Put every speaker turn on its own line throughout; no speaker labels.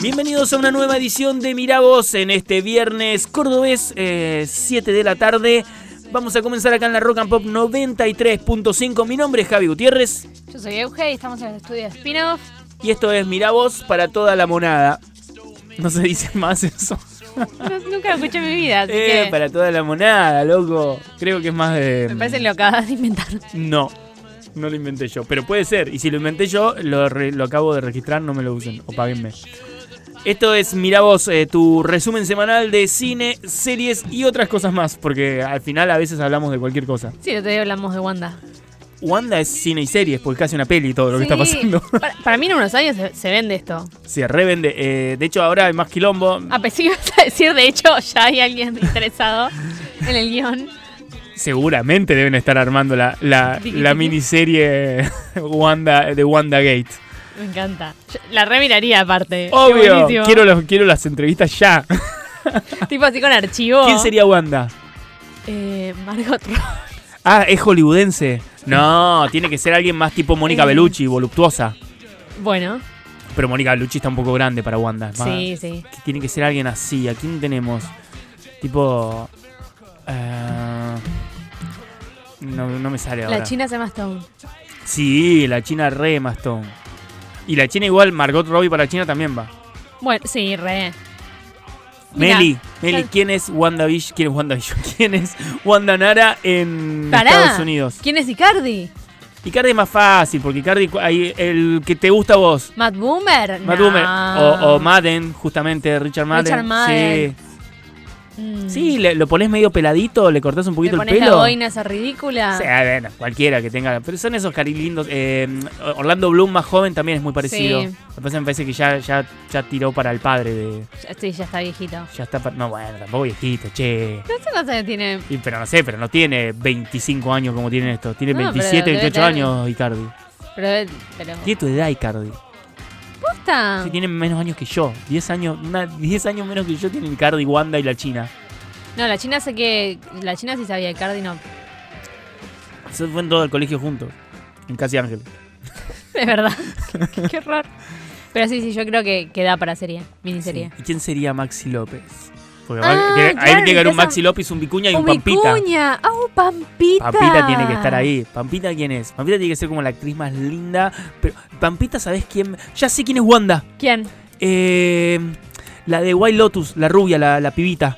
Bienvenidos a una nueva edición de Miravoz en este viernes cordobés, eh, 7 de la tarde. Vamos a comenzar acá en la Rock and Pop 93.5. Mi nombre es Javi Gutiérrez
Yo soy Euge y estamos en el estudio de Spin-Off.
y esto es Miravoz para toda la monada. No se dice más eso.
No- nunca lo escuché en mi vida, así
Eh,
que
para toda la monada, loco. Creo que es más de.
me parece que lo acabas de inventar.
No, no lo inventé yo. Pero puede ser. Y si lo inventé yo, lo, re- lo acabo de registrar, no me lo usen. O páguenme. Esto es Mirá Vos, eh, tu resumen semanal de cine, series y otras cosas más. Porque al final a veces hablamos de cualquier cosa.
Sí, no te hablamos de Wanda.
Wanda es cine y series, porque casi una peli todo lo que
Sí,
está pasando.
Para, para mí en unos años se, se vende esto.
Se revende. Eh, de hecho, ahora hay más quilombo.
A pesar ibas a decir, de hecho, ya hay alguien interesado en el guión.
Seguramente deben estar armando la, la, la miniserie Wanda, de Wanda Gate.
Me encanta. Yo la remiraría aparte. Qué
Obvio.
buenísimo.
Quiero, los, quiero las entrevistas ya.
Tipo así con archivo.
¿Quién sería Wanda?
Eh, Margot Robbie.
Ah, es hollywoodense. No, tiene que ser alguien más tipo Mónica
Eh.
Bellucci, voluptuosa.
Bueno,
Pero Mónica Bellucci está un poco grande para Wanda. es más-
sí, sí.
que Tiene que ser alguien así. ¿A quién tenemos? Tipo. eh, no, no me sale ahora.
La China se llama Stone.
Sí, la China re Mastón. Y la China igual, Margot Robbie para China también va.
Bueno, sí, re. Mirá,
Meli, Meli,
claro.
¿quién es Wanda Vish? ¿Quién es Wanda Vish? ¿Quién es Wanda Nara en
Pará.
Estados Unidos?
¿Quién es Icardi?
Icardi es más fácil, porque Icardi, cu- ahí, el que te gusta a vos,
¿Matt Boomer?
Matt
No.
Boomer. O, o Madden, justamente, Richard Madden.
Ah. Richard Madden.
Sí,
Mm.
Sí, le- lo pones medio peladito, le cortás un
Le
poquito el
pones
pelo.
la boina esa ridícula.
Sí, ah, bueno, cualquiera que tenga. Pero son esos cari lindos. Eh, Orlando Bloom, más joven, también es muy parecido.
Sí.
Lo que pasa es que me parece que ya, ya, ya tiró para el padre de.
Ya- Sí, ya está viejito.
Ya está. pa- No, bueno, tampoco viejito, che.
No sé cuántos años tiene.
Y, pero no sé, pero no tiene 25 años como tienen estos. Tiene
No, pero
27,
debe
28
tener-
años, Icardi.
Pero, eh, pero
Tiene tu edad, Icardi.
posta.
Sí, tiene menos años que yo. 10 años, una, 10 años menos que yo tienen Icardi, Wanda y la China.
No, la China sé que. La China sí sabía, Icardi no.
Se fueron todos al colegio juntos. En Casi Ángel.
Es verdad. qué, qué horror. Pero sí, sí, yo creo que, que da para serie, miniserie.
Sí. ¿Y quién sería Maxi López? Porque
Ah,
va- que- ahí
claro,
tiene que haber un
empieza-
Maxi López, un Vicuña y un
¡Oh,
Pampita.
Vicuña! ¡Ah, un Pampita!
Pampita tiene que estar ahí. ¿Pampita quién es? Pampita tiene que ser como la actriz más linda. Pero Pampita, ¿sabés quién? Ya sé quién es Wanda.
¿Quién?
Eh, la de White Lotus, la rubia, la, la pibita.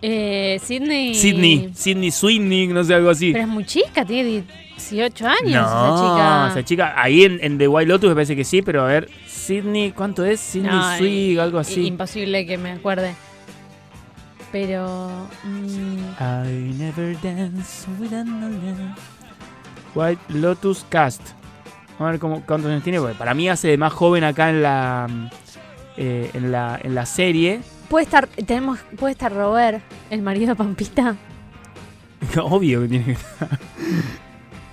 Eh, Sydney.
Sidney. Sidney Sweeney, no sé, algo así.
Pero es muy chica, tiene 18
no,
años esa chica.
esa chica. Ahí en, en The White Lotus me parece que sí, pero a ver. Sidney, ¿cuánto es? Sidney
No,
Sweeney,
i-
algo
i-
así.
Imposible que me acuerde. Pero. mm,
I never dance with another. White Lotus Cast. A ver cómo, cuántos años tiene. porque para mí hace de más joven acá en la, eh, en la, en la serie.
puede estar. Tenemos. Puede estar Robert, el marido de Pampita.
Obvio que tiene que estar.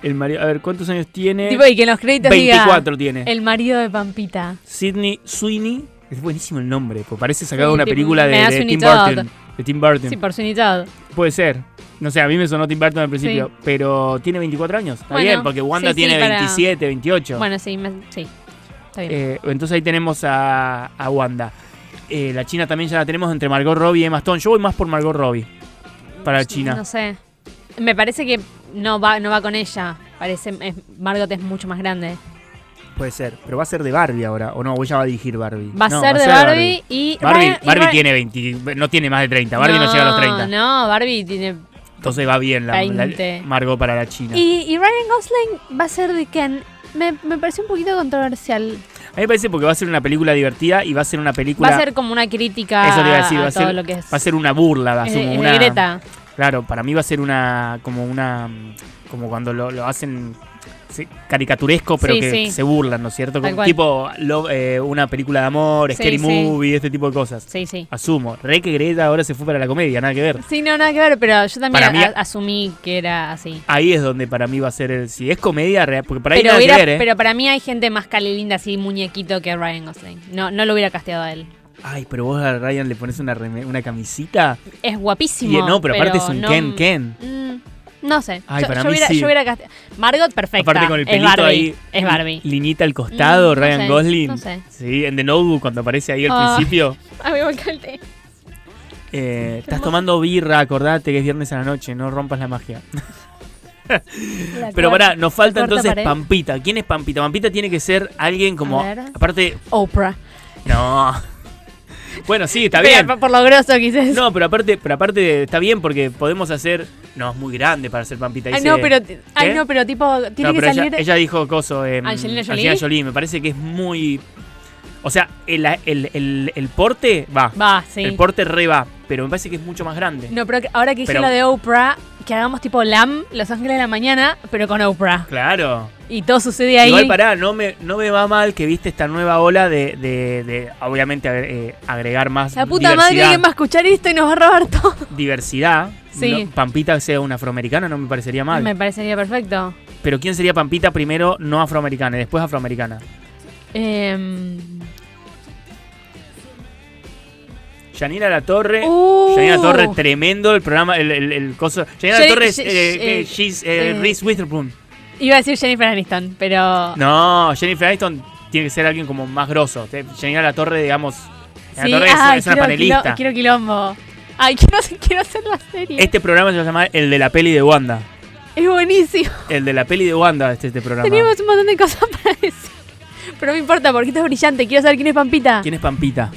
El marido- a ver, ¿cuántos años tiene?
Tipo, y que en los créditos diga,
24 tiene.
El marido de Pampita.
Sidney Sweeney. Es buenísimo el nombre, porque parece sacado de
Sí,
una
tipo,
película de,
me das
de
un
Tim
hito.
Burton. De Tim Burton.
Sí, por su unidad.
Puede ser. No sé, a mí me sonó Tim Burton al principio, pero tiene 24 años. Está
Bueno,
bien, porque Wanda
sí, sí,
tiene
para-
27, 28.
Bueno, sí, me- sí. Está bien.
Eh, entonces ahí tenemos a, a Wanda. Eh, la China también ya la tenemos entre Margot Robbie y Emma Stone. Yo voy más por Margot Robbie para China.
No sé. Me parece que no va, no va con ella. Parece. es- Margot es mucho más grande.
Puede ser. Pero va a ser de Barbie ahora. O no, o ella va a dirigir Barbie.
Va a
No,
ser de Barbie, y.
Barbie,
Bar- y
Barbie
Bar-
tiene 20, no tiene más de 30. Barbie no, llega a los 30.
No, Barbie tiene.
Entonces va bien la, la-
20.
Margot para la China.
Y, y Ryan Gosling va a ser de Ken. Me, me pareció un poquito controversial.
A mí me parece porque va a ser una película divertida y va a ser una película.
Va a ser como una crítica
Eso te iba a decir, va a
todo
ser-
lo que es.
va a ser una burla, va a
es
ser
de- es de
una.
Greta.
Claro, para mí va a ser una. como una. mm, como cuando lo, lo hacen sí, caricaturesco, pero
Sí,
que
sí.
se burlan, ¿no es cierto?
Tal
Como
cual.
tipo lo- eh, una película de amor,
Sí,
scary
sí.
movie, este tipo de cosas.
Sí, sí.
Asumo. Re que Greta ahora se fue para la comedia, nada que ver.
Sí, no, nada que ver, pero yo también
Para mí-
a- asumí que era así.
Ahí es donde para mí va a ser el. Si es comedia, re- porque para ahí
Pero,
nada
hubiera-
que ver, ¿eh?
pero para mí hay gente más cali linda así, muñequito que Ryan Gosling. No, no lo hubiera casteado a él.
Ay, pero vos a Ryan le pones una, reme- una camisita.
Es
Y,
guapísimo.
no, pero aparte es un
no-
Ken Ken.
Mm, No sé.
Ay,
yo,
para
yo
mí
hubiera,
sí.
yo hubiera cast- Margot, perfecta.
Aparte con el
es
pelito
Barbie.
ahí.
Es Barbie.
Linita al costado,
Mm, no
Ryan
sé,
Gosling.
no sé. Ah.
Sí, en The Notebook cuando aparece ahí al
Ay.
principio.
A mí me encanta.
Eh, estás
hermoso.
tomando birra, acordate que es viernes a la noche, no rompas la magia. Pero pará, nos falta
la cuarta
entonces
pared.
Pampita. ¿Quién es Pampita? Pampita tiene que ser alguien como.
A ver.
Aparte,
Oprah.
no. Bueno, sí, está
Pero
bien.
por- por lo grosso quizás.
No, pero aparte, pero aparte está bien porque podemos hacer. No, es muy grande para ser Pampita.
Ay,
dice-
no, pero, ti- ay,
¿Eh?
no, pero tipo, tiene
No,
que
pero
salir.
ella, ella dijo coso. eh,
Angelina Jolie.
Me parece que es muy. O sea, el, el- el- el porte va.
Va, sí.
El porte re va. Pero me parece que es mucho más grande.
No, pero que- ahora que dije
Pero-
lo de Oprah, que hagamos tipo LAM, Los Ángeles de la Mañana, pero con Oprah.
Claro.
Y todo sucede ahí.
Igual pará, no me, no me va mal que viste esta nueva ola de, de- de, obviamente, agre- eh, agregar más
la puta madre,
diversidad.
alguien va a escuchar esto y nos va a robar todo.
diversidad.
Sí.
No, Pampita sea una afroamericana no me parecería mal.
Me parecería perfecto.
Pero ¿quién sería Pampita primero no afroamericana y después afroamericana?
Em,
Yanina La Torre.
uh,
Yanina La Torre, tremendo el programa, el, el, el coso. Yanina La
Ye-
Torre es
ye-
eh,
eh,
she's, eh,
eh.
Reese Witherspoon.
Iba a decir Jennifer Aniston, pero.
No, Jennifer Aniston tiene que ser alguien como más grosso. Te- Yanina La Torre, digamos, Yanina
Sí,
La Torre es-
ay,
es, una
quiero,
panelista.
quilo- quiero quilombo. Ay, quiero, quiero hacer la serie.
Este programa se llama El de la peli de Wanda.
Es buenísimo.
El de la peli de Wanda este, este programa.
Teníamos un montón de cosas para decir. Pero no importa, porque esto es brillante. Quiero saber quién es Pampita.
¿Quién es Pampita?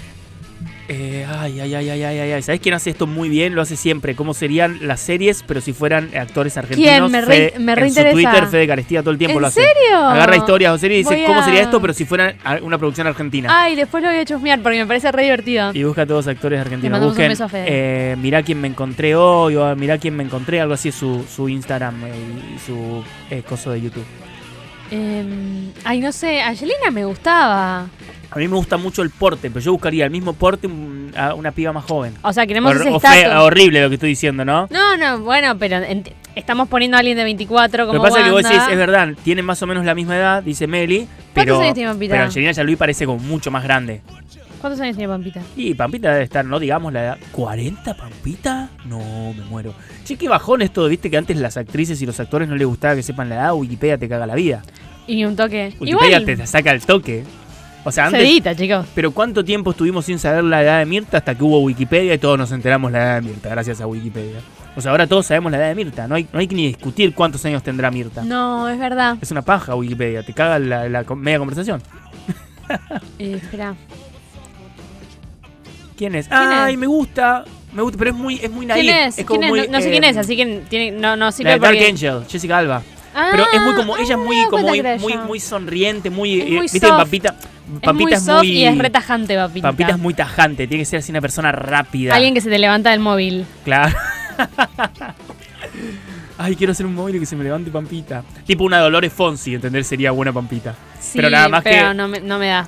Eh, ay, ay, ay, ay, ay, ay, ay. ¿Sabés quién hace esto muy bien? Lo hace siempre. ¿Cómo serían las series, pero si fueran actores argentinos?
¿Quién? Me re-
Fede-
me
En
reinteresa.
su Twitter, Fede Carestía todo el tiempo
¿En
lo hace.
serio?
Agarra historias o series y dice,
Voy
¿cómo
a-
sería esto, pero si fuera a- una producción argentina?
Ay, después lo voy a chusmear porque me parece re divertido.
Y busca a todos los actores
Le
argentinos.
Ah, mandamos un
Busquen,
beso a Fede.
eh, mirá quién me encontré hoy, o mirá quién me encontré, algo así es su, su Instagram eh, y su eh, coso de YouTube.
Em, ay, no sé, Angelina me gustaba.
A mí me gusta mucho el porte, pero yo buscaría el mismo porte un- a una piba más joven.
O sea, queremos
Hor-
ese
o fe-
estatus.
horrible lo que estoy diciendo, ¿no?
No, no, bueno, pero ent- estamos poniendo a alguien de 24
Lo que
como
pasa es que vos
Wanda.
decís, es verdad, tienen más o menos la misma edad, dice Meli, pero,
años tiene Pampita?
pero Angelina Jolie parece como mucho más grande.
¿Cuántos años tiene Pampita?
Y Pampita debe estar, no digamos la edad. ¿40 Pampita? No, me muero. Che, qué bajón esto, viste que antes las actrices y los actores no les gustaba que sepan la edad, Wikipedia te caga la vida.
Y un toque.
Wikipedia
Igual,
te la saca el toque. O sea,
se
antes...
edita, chicos.
Pero ¿cuánto tiempo estuvimos sin saber la edad de Mirta hasta que hubo Wikipedia y todos nos enteramos la edad de Mirta, gracias a Wikipedia? O sea, ahora todos sabemos la edad de Mirta, no hay, no hay que ni discutir cuántos años tendrá Mirta.
No, es verdad.
Es una paja Wikipedia, te caga la, la co- media conversación.
Eh, espera.
¿Quién es?
es?
Ay, me gusta, me gusta, pero es muy, es muy naif.
¿Quién es?
como
¿Quién es?
muy,
no, no sé
eh,
quién es, así que tiene, no, no
la
sirve
de Dark
porque...
Angel, Jessica Alba.
Ah,
pero es muy como,
ay,
ella es
no me
muy,
daba
como muy,
cuenta que era
muy,
ella.
muy sonriente, muy,
Es
eh,
muy
viste que
soft.
Pampita,
Es muy
Pampita es
soft
muy,
y es retajante, Pampita.
Pampita es muy tajante, tiene que ser así una persona rápida.
Alguien que se te levanta del móvil.
Claro. Ay, quiero hacer un móvil y que se me levante Pampita. Tipo una Dolores Fonsi, entender sería buena Pampita.
Sí,
Pero nada más
pero
que-
no, me, no me da.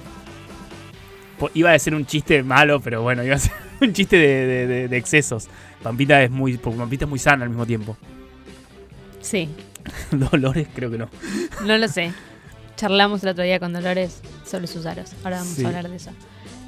Po- Iba a ser un chiste malo, pero bueno, iba a ser un chiste de, de- de- de excesos. Pampita es muy. porque Pampita es muy sana al mismo tiempo.
Sí,
Dolores, creo que no.
no lo sé. Charlamos el otro día con Dolores sobre sus aros. Ahora vamos
Sí.
a hablar de eso.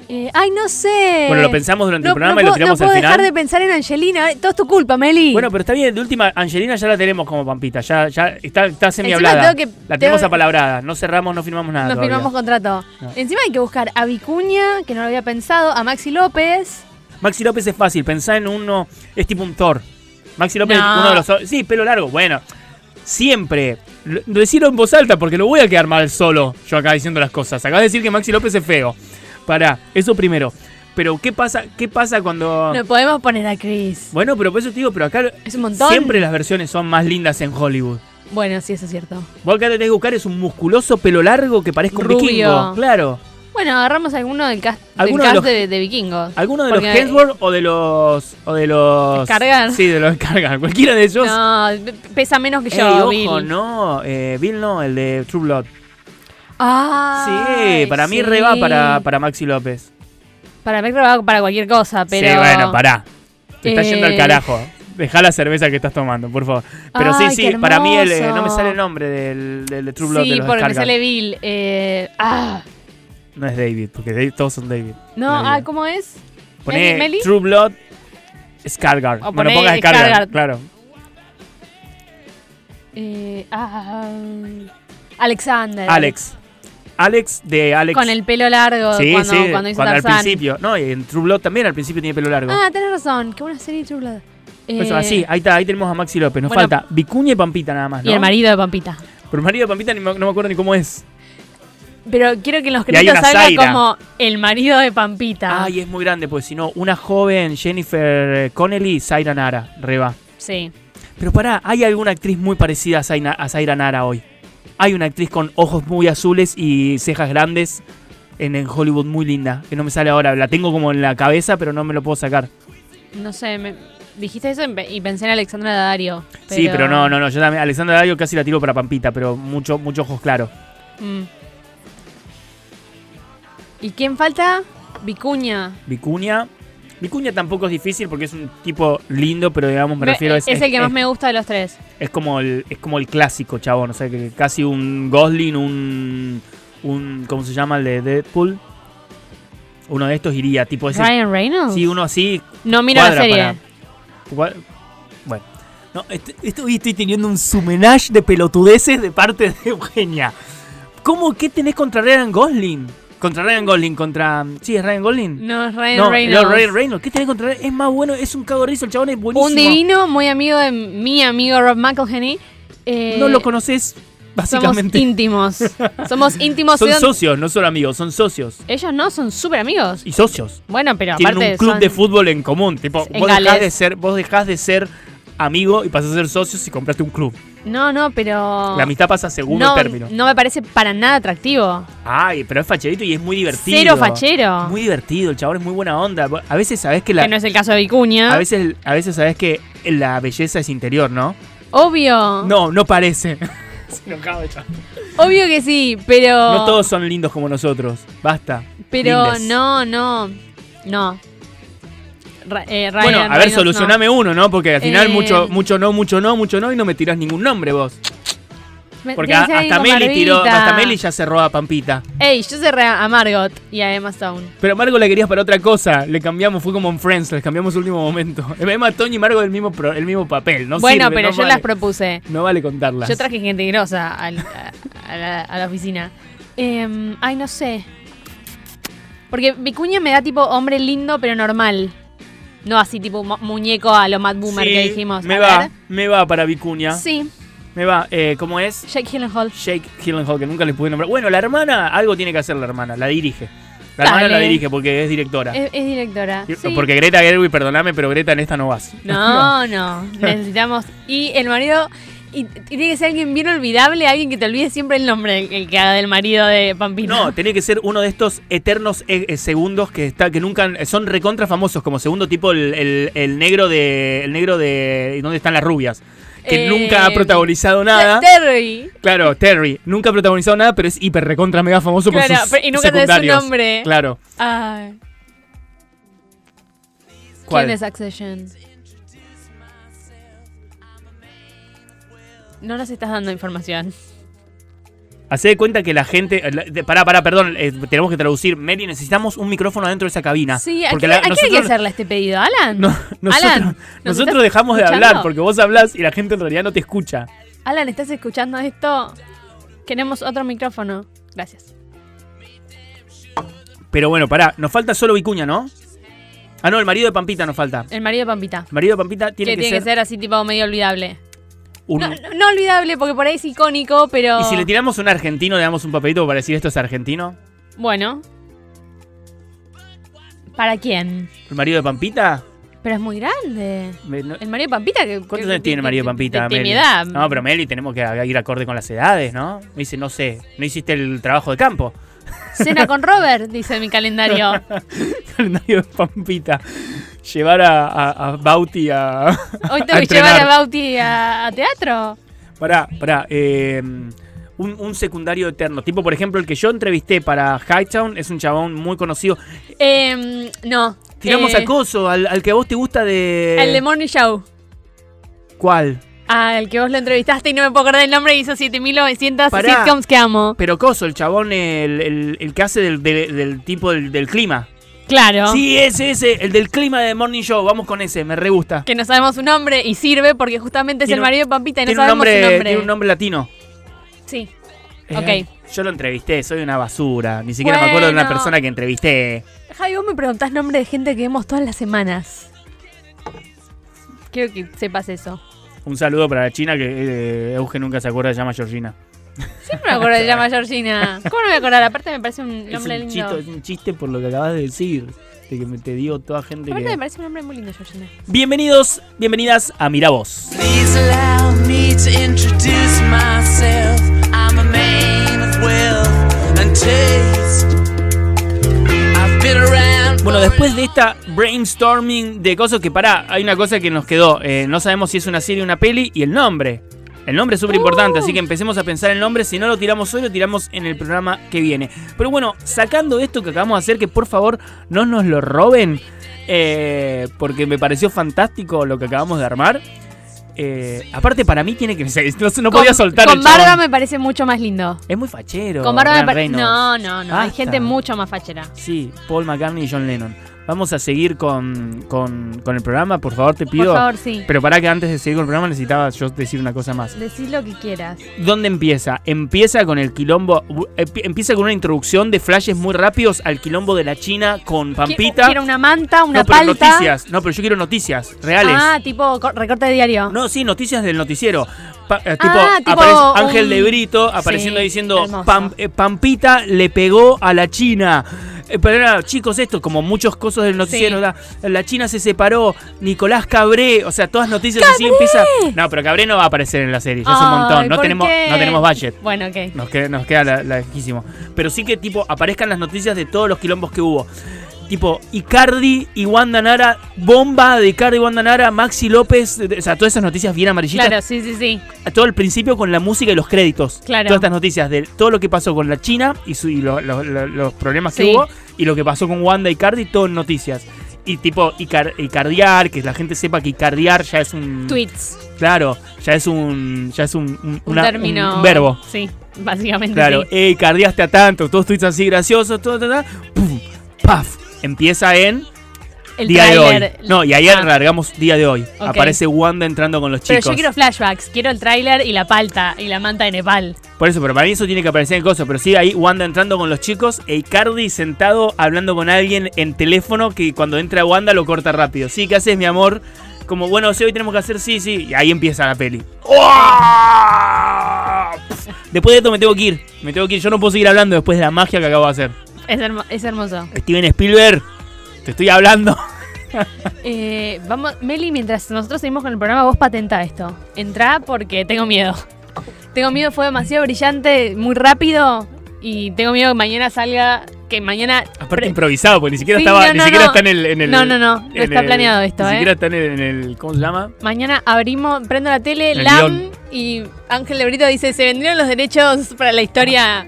Eh, ay, no sé.
Bueno, lo pensamos durante el programa y lo
puedo-
tiramos
no
al
puedo
final.
dejar de pensar en Angelina. eh, Todo es tu culpa, Meli.
Bueno, pero está bien, de última, Angelina ya la tenemos como Pampita, ya, ya está, está semi
Encima
hablada.
tengo que-
la tenemos
tengo-
apalabrada, no cerramos, no firmamos nada.
Nos
todavía. Ah.
firmamos contrato.
No.
Encima hay que buscar a Vicuña, que no lo había pensado, a Maxi López.
Maxi López es fácil, pensá en uno, es tipo un Thor. Maxi López
No.
es uno de los. Sí, pelo largo, bueno. Siempre, lo- decilo en voz alta porque no voy a quedar mal solo yo acá diciendo las cosas. Acabas de decir que Maxi López es feo. Pará, eso primero. Pero, ¿qué pasa, qué pasa cuando.?
No podemos poner a Chris.
Bueno, pero por eso te digo, pero acá
Es un montón.
siempre las versiones son más lindas en Hollywood.
Bueno, sí, eso es cierto.
Vos acá tenés que buscar es un musculoso pelo largo que parezca un
Rubio.
vikingo. Claro.
Bueno, agarramos alguno del cast, del
Alguno de
cast
los-
de, de vikingos.
¿Alguno de los
Porque-
Hemsworth o de los. o de los.
Descargar.
Sí, de los descargar. Cualquiera de ellos.
No, pesa menos que
Ey,
yo,
ojo,
Bill.
no, eh, Bill no, el de True Blood.
Ay,
sí, para mí
sí.
re va para, para Maxi López.
Para mí va para cualquier cosa, pero...
Sí, bueno, pará. Te estás yendo al
Eh.
carajo. Deja la cerveza que estás tomando, por favor. Pero
Ay,
sí, sí,
qué
para mí el, eh,
hermoso.
no me sale el nombre del, del de True Blood de
Sí,
los
porque me
Scargan.
sale Bill. Eh, ah,
No es David, porque David- todos son David.
no,
La vida.
ah, ¿cómo es?
Poné
¿Meli? ¿Meli?
True Blood Scargar.
O
No lo
poné
pongas Scargar,
Skarsgård.
claro.
Eh, ah, Alexander.
Alex. Alex de Alex.
Eh. Con el pelo largo
sí,
cuando,
sí,
cuando hizo
al
Tarzán.
principio. No, y en True Blood también al principio tiene pelo largo.
Ah, tenés razón. Qué buena serie True Blood.
Por Pues eso,
Eh,
así, ahí está, ahí tenemos a Maxi López. Nos
bueno.
falta Vicuña y Pampita nada más, ¿no?
Y el marido de Pampita.
Pero el marido de Pampita ni me- no me acuerdo ni cómo es.
Pero quiero que en
Y
los
hay
créditos
una
salga
Zaira.
como el marido de Pampita.
Ay, es muy grande, pues si no, una joven Jennifer eh, Connelly, Zaira Nara, reba.
Sí.
Pero pará, hay alguna actriz muy parecida a Zaina- a Zaira Nara hoy. Hay una actriz con ojos muy azules y cejas grandes en, en Hollywood muy linda, que no me sale ahora. La tengo como en la cabeza, pero no me lo puedo sacar.
No sé, me- dijiste eso y pe- y pensé en Alexandra Dario.
Sí, pero no, no, no. Yo también, Alexandra Dario casi la tiro para Pampita, pero mucho, muchos ojos claros.
Mm. ¿Y quién falta? Vicuña.
Vicuña. Vicuña tampoco es difícil porque es un tipo lindo, pero digamos, me refiero
eh, es, el que más me gusta de los tres.
Es como el, es como el clásico, chabón. O sea, que casi un Gosling, un. un ¿Cómo se llama el de Deadpool? Uno de estos iría, tipo ese.
¿Ryan Reynolds?
Sí, uno así.
no miro la
cuadra
serie.
para- cua- Bueno. No, est- est- hoy estoy teniendo un sumenage de pelotudeces de parte de Eugenia. ¿Cómo? ¿Qué tenés contra Ryan Gosling? Contra Ryan Gosling, contra. Sí, es Ryan Gosling.
No, es Ryan
no,
Reynolds.
no, Ryan Reynolds. ¿Qué tenés contra él? Es más bueno, es un cago de risa, el chabón es buenísimo.
Un divino muy amigo de mi amigo Rob McElhenney. Eh,
No lo conoces,
Somos
básicamente.
íntimos. Somos íntimos.
Son
¿de dónde-
socios, no solo amigos, son socios.
Ellos no, son súper amigos.
Y socios.
Bueno, pero
Tienen
aparte
un club
son-
de fútbol en común. Tipo,
En
vos dejás,
Gales.
de ser, vos dejás de ser amigo y pasás a ser socios y compraste un club.
No, no, pero...
La amistad pasa a segundo
no,
término.
no me parece para nada atractivo.
Ay, pero es facherito y es muy divertido.
Cero fachero.
Muy divertido, el chabón es muy buena onda. A veces sabés que la.
Que no es el caso de Vicuña.
A veces, a veces sabés que la belleza es interior, ¿no?
Obvio.
No, no parece. Se enojaba el chabón.
Obvio que sí, pero...
No todos son lindos como nosotros. Basta.
Pero
Lindes.
no, no, no. Ra- eh, Ryan
Bueno, a ver,
Reynolds,
solucioname uno, ¿no? Porque al final
Eh.
mucho, mucho no, mucho no, mucho no y no me tirás ningún nombre vos.
no. Me-
Porque
tiene
a-
que ser alguien
hasta
con
Meli tiró,
barbita.
hasta Meli ya cerró a Pampita.
Ey, yo cerré a Margot y a Emma Stone.
Pero a Margo la querías para otra cosa, le cambiamos, fue como en Friends, le cambiamos el último momento. Emma, Toño y Margo el mismo, pro- el mismo papel, ¿no?
bueno,
sirve,
pero
no
yo
vale-
las propuse.
No vale contarlas.
Yo traje gente grosa al- a, a la, a la oficina. Em, ay, no sé. Porque Vicuña me da tipo hombre lindo pero normal. No así tipo mu- muñeco a lo Mad Boomer
Sí,
que dijimos.
Me
A
va,
ver.
me va para Vicuña.
Sí,
Me va, eh, ¿cómo es?
Jake Gyllenhaal.
Jake Gyllenhaal, que nunca le pude nombrar. Bueno, la hermana, algo tiene que hacer la hermana, la dirige. La hermana
Dale.
la dirige porque es directora.
Es, es directora. Sí.
Porque Greta Gerwig, perdóname, pero Greta en esta no vas.
No, no, necesitamos. Y el marido. Y y tiene que ser alguien bien olvidable, alguien que te olvide siempre el nombre el, el que haga del marido de Pampita.
No, tenía que ser uno de estos eternos eh, eh, segundos que está, que nunca eh, son recontra famosos como segundo tipo el, el- el negro de el negro de dónde están las rubias que
Eh,
nunca ha protagonizado nada.
Terry.
Claro, Terry nunca ha protagonizado nada, pero es hiper recontra mega famoso por
Claro,
sus
pero- y nunca te da su
secundarios.
nombre. ¿eh?
Claro.
Ay.
¿Cuál?
¿Quién es Succession? No nos estás dando información.
Hacé de cuenta que la gente. eh, la- de- Pará, pará, perdón, eh, tenemos que traducir. Mary, necesitamos un micrófono dentro de esa cabina.
Sí, ¿a,
Ah, Porque
quién,
la-
a quién hay que
nosotros-
hacerle este pedido? ¿Alan?
no, nosotros,
Alan, ¿nos
nosotros
estás
dejamos de
escuchando?
hablar porque vos hablás y la gente en realidad no te escucha.
Alan, ¿estás escuchando esto? Queremos otro micrófono. Gracias.
Pero bueno, pará, nos falta solo Vicuña, ¿no? Ah, no, el marido de Pampita nos falta.
El marido de Pampita.
El marido de Pampita tiene,
que,
que,
tiene
ser
que ser así tipo medio olvidable.
un...
No, no, no olvidable porque por ahí es icónico, pero
Y si le tiramos un argentino, le damos un papelito para decir esto es argentino.
bueno. ¿Para quién?
¿El marido de Pampita?
Pero es muy grande.
Me- no-
El Mario Pampita que
¿Cuántos años tiene el marido de Pampita?
De, de mi
Meli?
edad.
No, pero Meli, tenemos que ir acorde con las edades, ¿no? Me dice, no sé, no hiciste el trabajo de campo.
Cena con Robert, dice mi calendario.
Calendario de Pampita. Llevar a, a- a Bauti a.
Hoy
A
tengo que
entrenar.
llevar a Bauti a, a teatro.
Pará, pará. eh, un, un secundario eterno. Tipo, por ejemplo, el que yo entrevisté para Hightown es un chabón muy conocido.
Em, no.
Tiramos
eh,
a eh. Coso, al, al que a vos te gusta de.
El de Morning Show.
¿Cuál?
Al que vos lo entrevistaste y no me puedo acordar el nombre, hizo 7900
Pará.
sitcoms que amo.
Pero Coso, el chabón, el, el- el que hace del, del- del tipo del, del clima.
Claro.
Sí, ese, ese, el del clima de Morning Show. Vamos con ese, me re gusta.
Que no sabemos su nombre y sirve porque justamente es
Tiene
el
un-
marido de Pampita y no
tiene, un
sabemos
nombre,
su nombre.
tiene un nombre latino.
Sí.
Eh,
Ok.
Yo lo entrevisté, soy una basura. Ni siquiera me acuerdo de una
Bueno.
persona que entrevisté.
Javi, vos me preguntás nombre de gente que vemos todas las semanas. Quiero que sepas eso.
Un saludo para la China que eh, Euge nunca se acuerda, se llama Georgina.
Siempre me acuerdo de llama Georgina. ¿Cómo no me voy a acordar? Aparte me parece un
Es
nombre
un,
lindo.
chito- es un chiste por lo que acabas de decir. De que me- te digo toda gente
Aparte me
que.
parece un nombre muy lindo, Georgina.
Bienvenidos, bienvenidas a Miravoz.
Please allow me to introduce myself. I'm a man of wealth and taste. I've been around.
Bueno,
for a
después de esta brainstorming de cosas que pará, hay una cosa que nos quedó. eh, no sabemos si es una serie o una peli y el nombre. El nombre es súper importante, así que empecemos a pensar el nombre. Si no lo tiramos hoy, lo tiramos en el programa que viene. Pero bueno, sacando esto que acabamos de hacer, que por favor no nos lo roben, eh, porque me pareció fantástico lo que acabamos de armar. Eh, aparte, para mí tiene que No, no podía
Con-
soltar
Con
el chabón.
Barba me parece mucho más lindo.
Es muy fachero.
Con Barba me
Ryan
parece.
Reynolds.
No, no, no. Hay
Basta.
gente mucho más fachera.
Sí, Paul McCartney y John Lennon. Vamos a seguir con, con- con el programa, por favor, te pido.
Por favor, sí.
Pero para que antes de seguir con el programa necesitaba yo decir una cosa más.
Decís lo que quieras.
¿Dónde empieza? Empieza con el quilombo, uh, empi- empieza con una introducción de flashes muy rápidos al quilombo de la China con Pampita.
Quiero una manta, una
no, pero
palta.
noticias. No, pero yo quiero noticias reales.
Ah, tipo co- recorte de diario.
No, sí, noticias del noticiero. Pa- eh, tipo,
Ah, tipo
aparece Ángel
un-
de Brito apareciendo
Sí,
diciendo
hermoso.
"Pam- eh, Pampita le pegó a la China. Eh, pero era, chicos, esto, como muchos cosas del noticiero,
Sí.
la, la China se separó, Nicolás Cabré, o sea, todas noticias así empieza. No, pero Cabré no va a aparecer en la serie, ya es un
Ay,
montón. No
¿por
tenemos,
qué?
no tenemos budget.
Bueno, ok.
Nos queda, nos queda la, la lejísimo. Pero sí que, tipo, aparezcan las noticias de todos los quilombos que hubo. Tipo, Icardi y Wanda Nara, bomba de Icardi y Wanda Nara, Maxi López, de- de- o sea, todas esas noticias bien amarillitas.
Claro, sí, sí, sí.
Todo al principio con la música y los créditos.
Claro.
Todas estas noticias de todo lo que pasó con la China y, su- y lo- lo- lo- los problemas que
Sí.
hubo y lo que pasó con Wanda y Icardi, todo en noticias. Y tipo, Icar- Icardiar, que la gente sepa que Icardiar ya es un.
Tweets.
Claro, ya es un. Ya es un, un-
Un
una-
término.
un verbo.
Sí, básicamente.
Claro,
sí.
eh, cardiaste a tanto, todos tweets así graciosos, todo, todo, todo, pum, paf, empieza en
El
día de
tráiler.
hoy. No, y ayer
Ah,
largamos día de hoy.
Ok.
Aparece Wanda entrando con los
Pero
chicos.
yo quiero flashbacks. Quiero el tráiler y la palta y la manta de Nepal.
Por eso, pero para mí eso tiene que aparecer en cosas. Pero sí, ahí Wanda entrando con los chicos e Icardi sentado hablando con alguien en teléfono que cuando entra Wanda lo corta rápido. Sí, ¿qué haces, mi amor? Como, bueno, sí, hoy tenemos que hacer sí, sí. Y ahí empieza la peli. ¡Oh! Pf, Después de esto me tengo que ir. Me tengo que ir. Yo no puedo seguir hablando después de la magia que acabo de hacer.
Es, hermo- es hermoso.
Steven Spielberg, te estoy hablando.
Eh, vamos, Meli, mientras nosotros seguimos con el programa, vos patenta esto. Entrá porque tengo miedo. Tengo miedo, fue demasiado brillante, muy rápido. Y tengo miedo que mañana salga. Que mañana.
Aparte
pre-
improvisado, porque ni siquiera
Sí,
estaba,
no,
ni
no,
siquiera
no.
está en el, en el-
No, no, no, no
en
está
el-
planeado esto,
Ni
¿eh?
siquiera está en el, en el- ¿cómo se llama?
Mañana abrimos, prendo la tele,
El
LAM
guión.
y Ángel de Brito dice, se vendieron los derechos para la historia.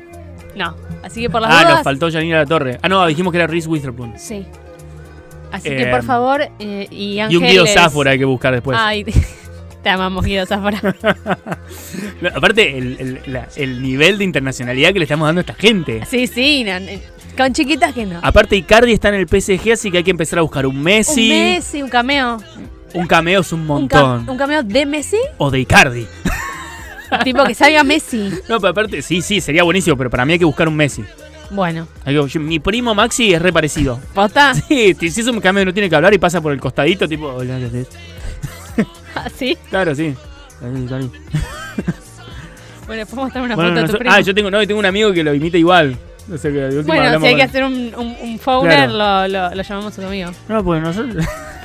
No, así que por las
Ah,
dudas...
nos faltó Janina La Torre. Ah, no, dijimos que era Reese Witherspoon.
Sí. Así
Eh,
que por favor, eh, y Ángel...
y un Guido
es-
Sáfora hay que buscar después.
Ay, te amamos Guido Sáfora.
No, Aparte, el, el- la- el nivel de internacionalidad que le estamos dando a esta gente.
sí, sí, no, eh, con chiquitas que no.
Aparte, Icardi está en el PSG, así que hay que empezar a buscar un Messi.
Un Messi, un cameo.
un cameo es un
Un, ca-
montón.
un cameo de Messi,
O de Icardi.
tipo que salga Messi.
No, pero aparte, sí, sí, sería buenísimo, pero para mí hay que buscar un Messi.
Bueno,
Hay que- mi primo Maxi es reparecido.
¿posta?
Sí, te- si es un cambio no tiene que hablar y pasa por el costadito, tipo, hola, ¿qué haces?
Así.
Claro, sí. Ahí, ahí.
Bueno, puedo mostrar una
Bueno,
foto de
nosotros-
tu primo.
ah, yo tengo, no, tengo un amigo que lo imita igual. O sea, que de última
bueno, si
hablamos
hay que
con-
hacer un, un, un founder,
Claro.
lo, lo, lo llamamos a tu amigo.
No, pues nosotros.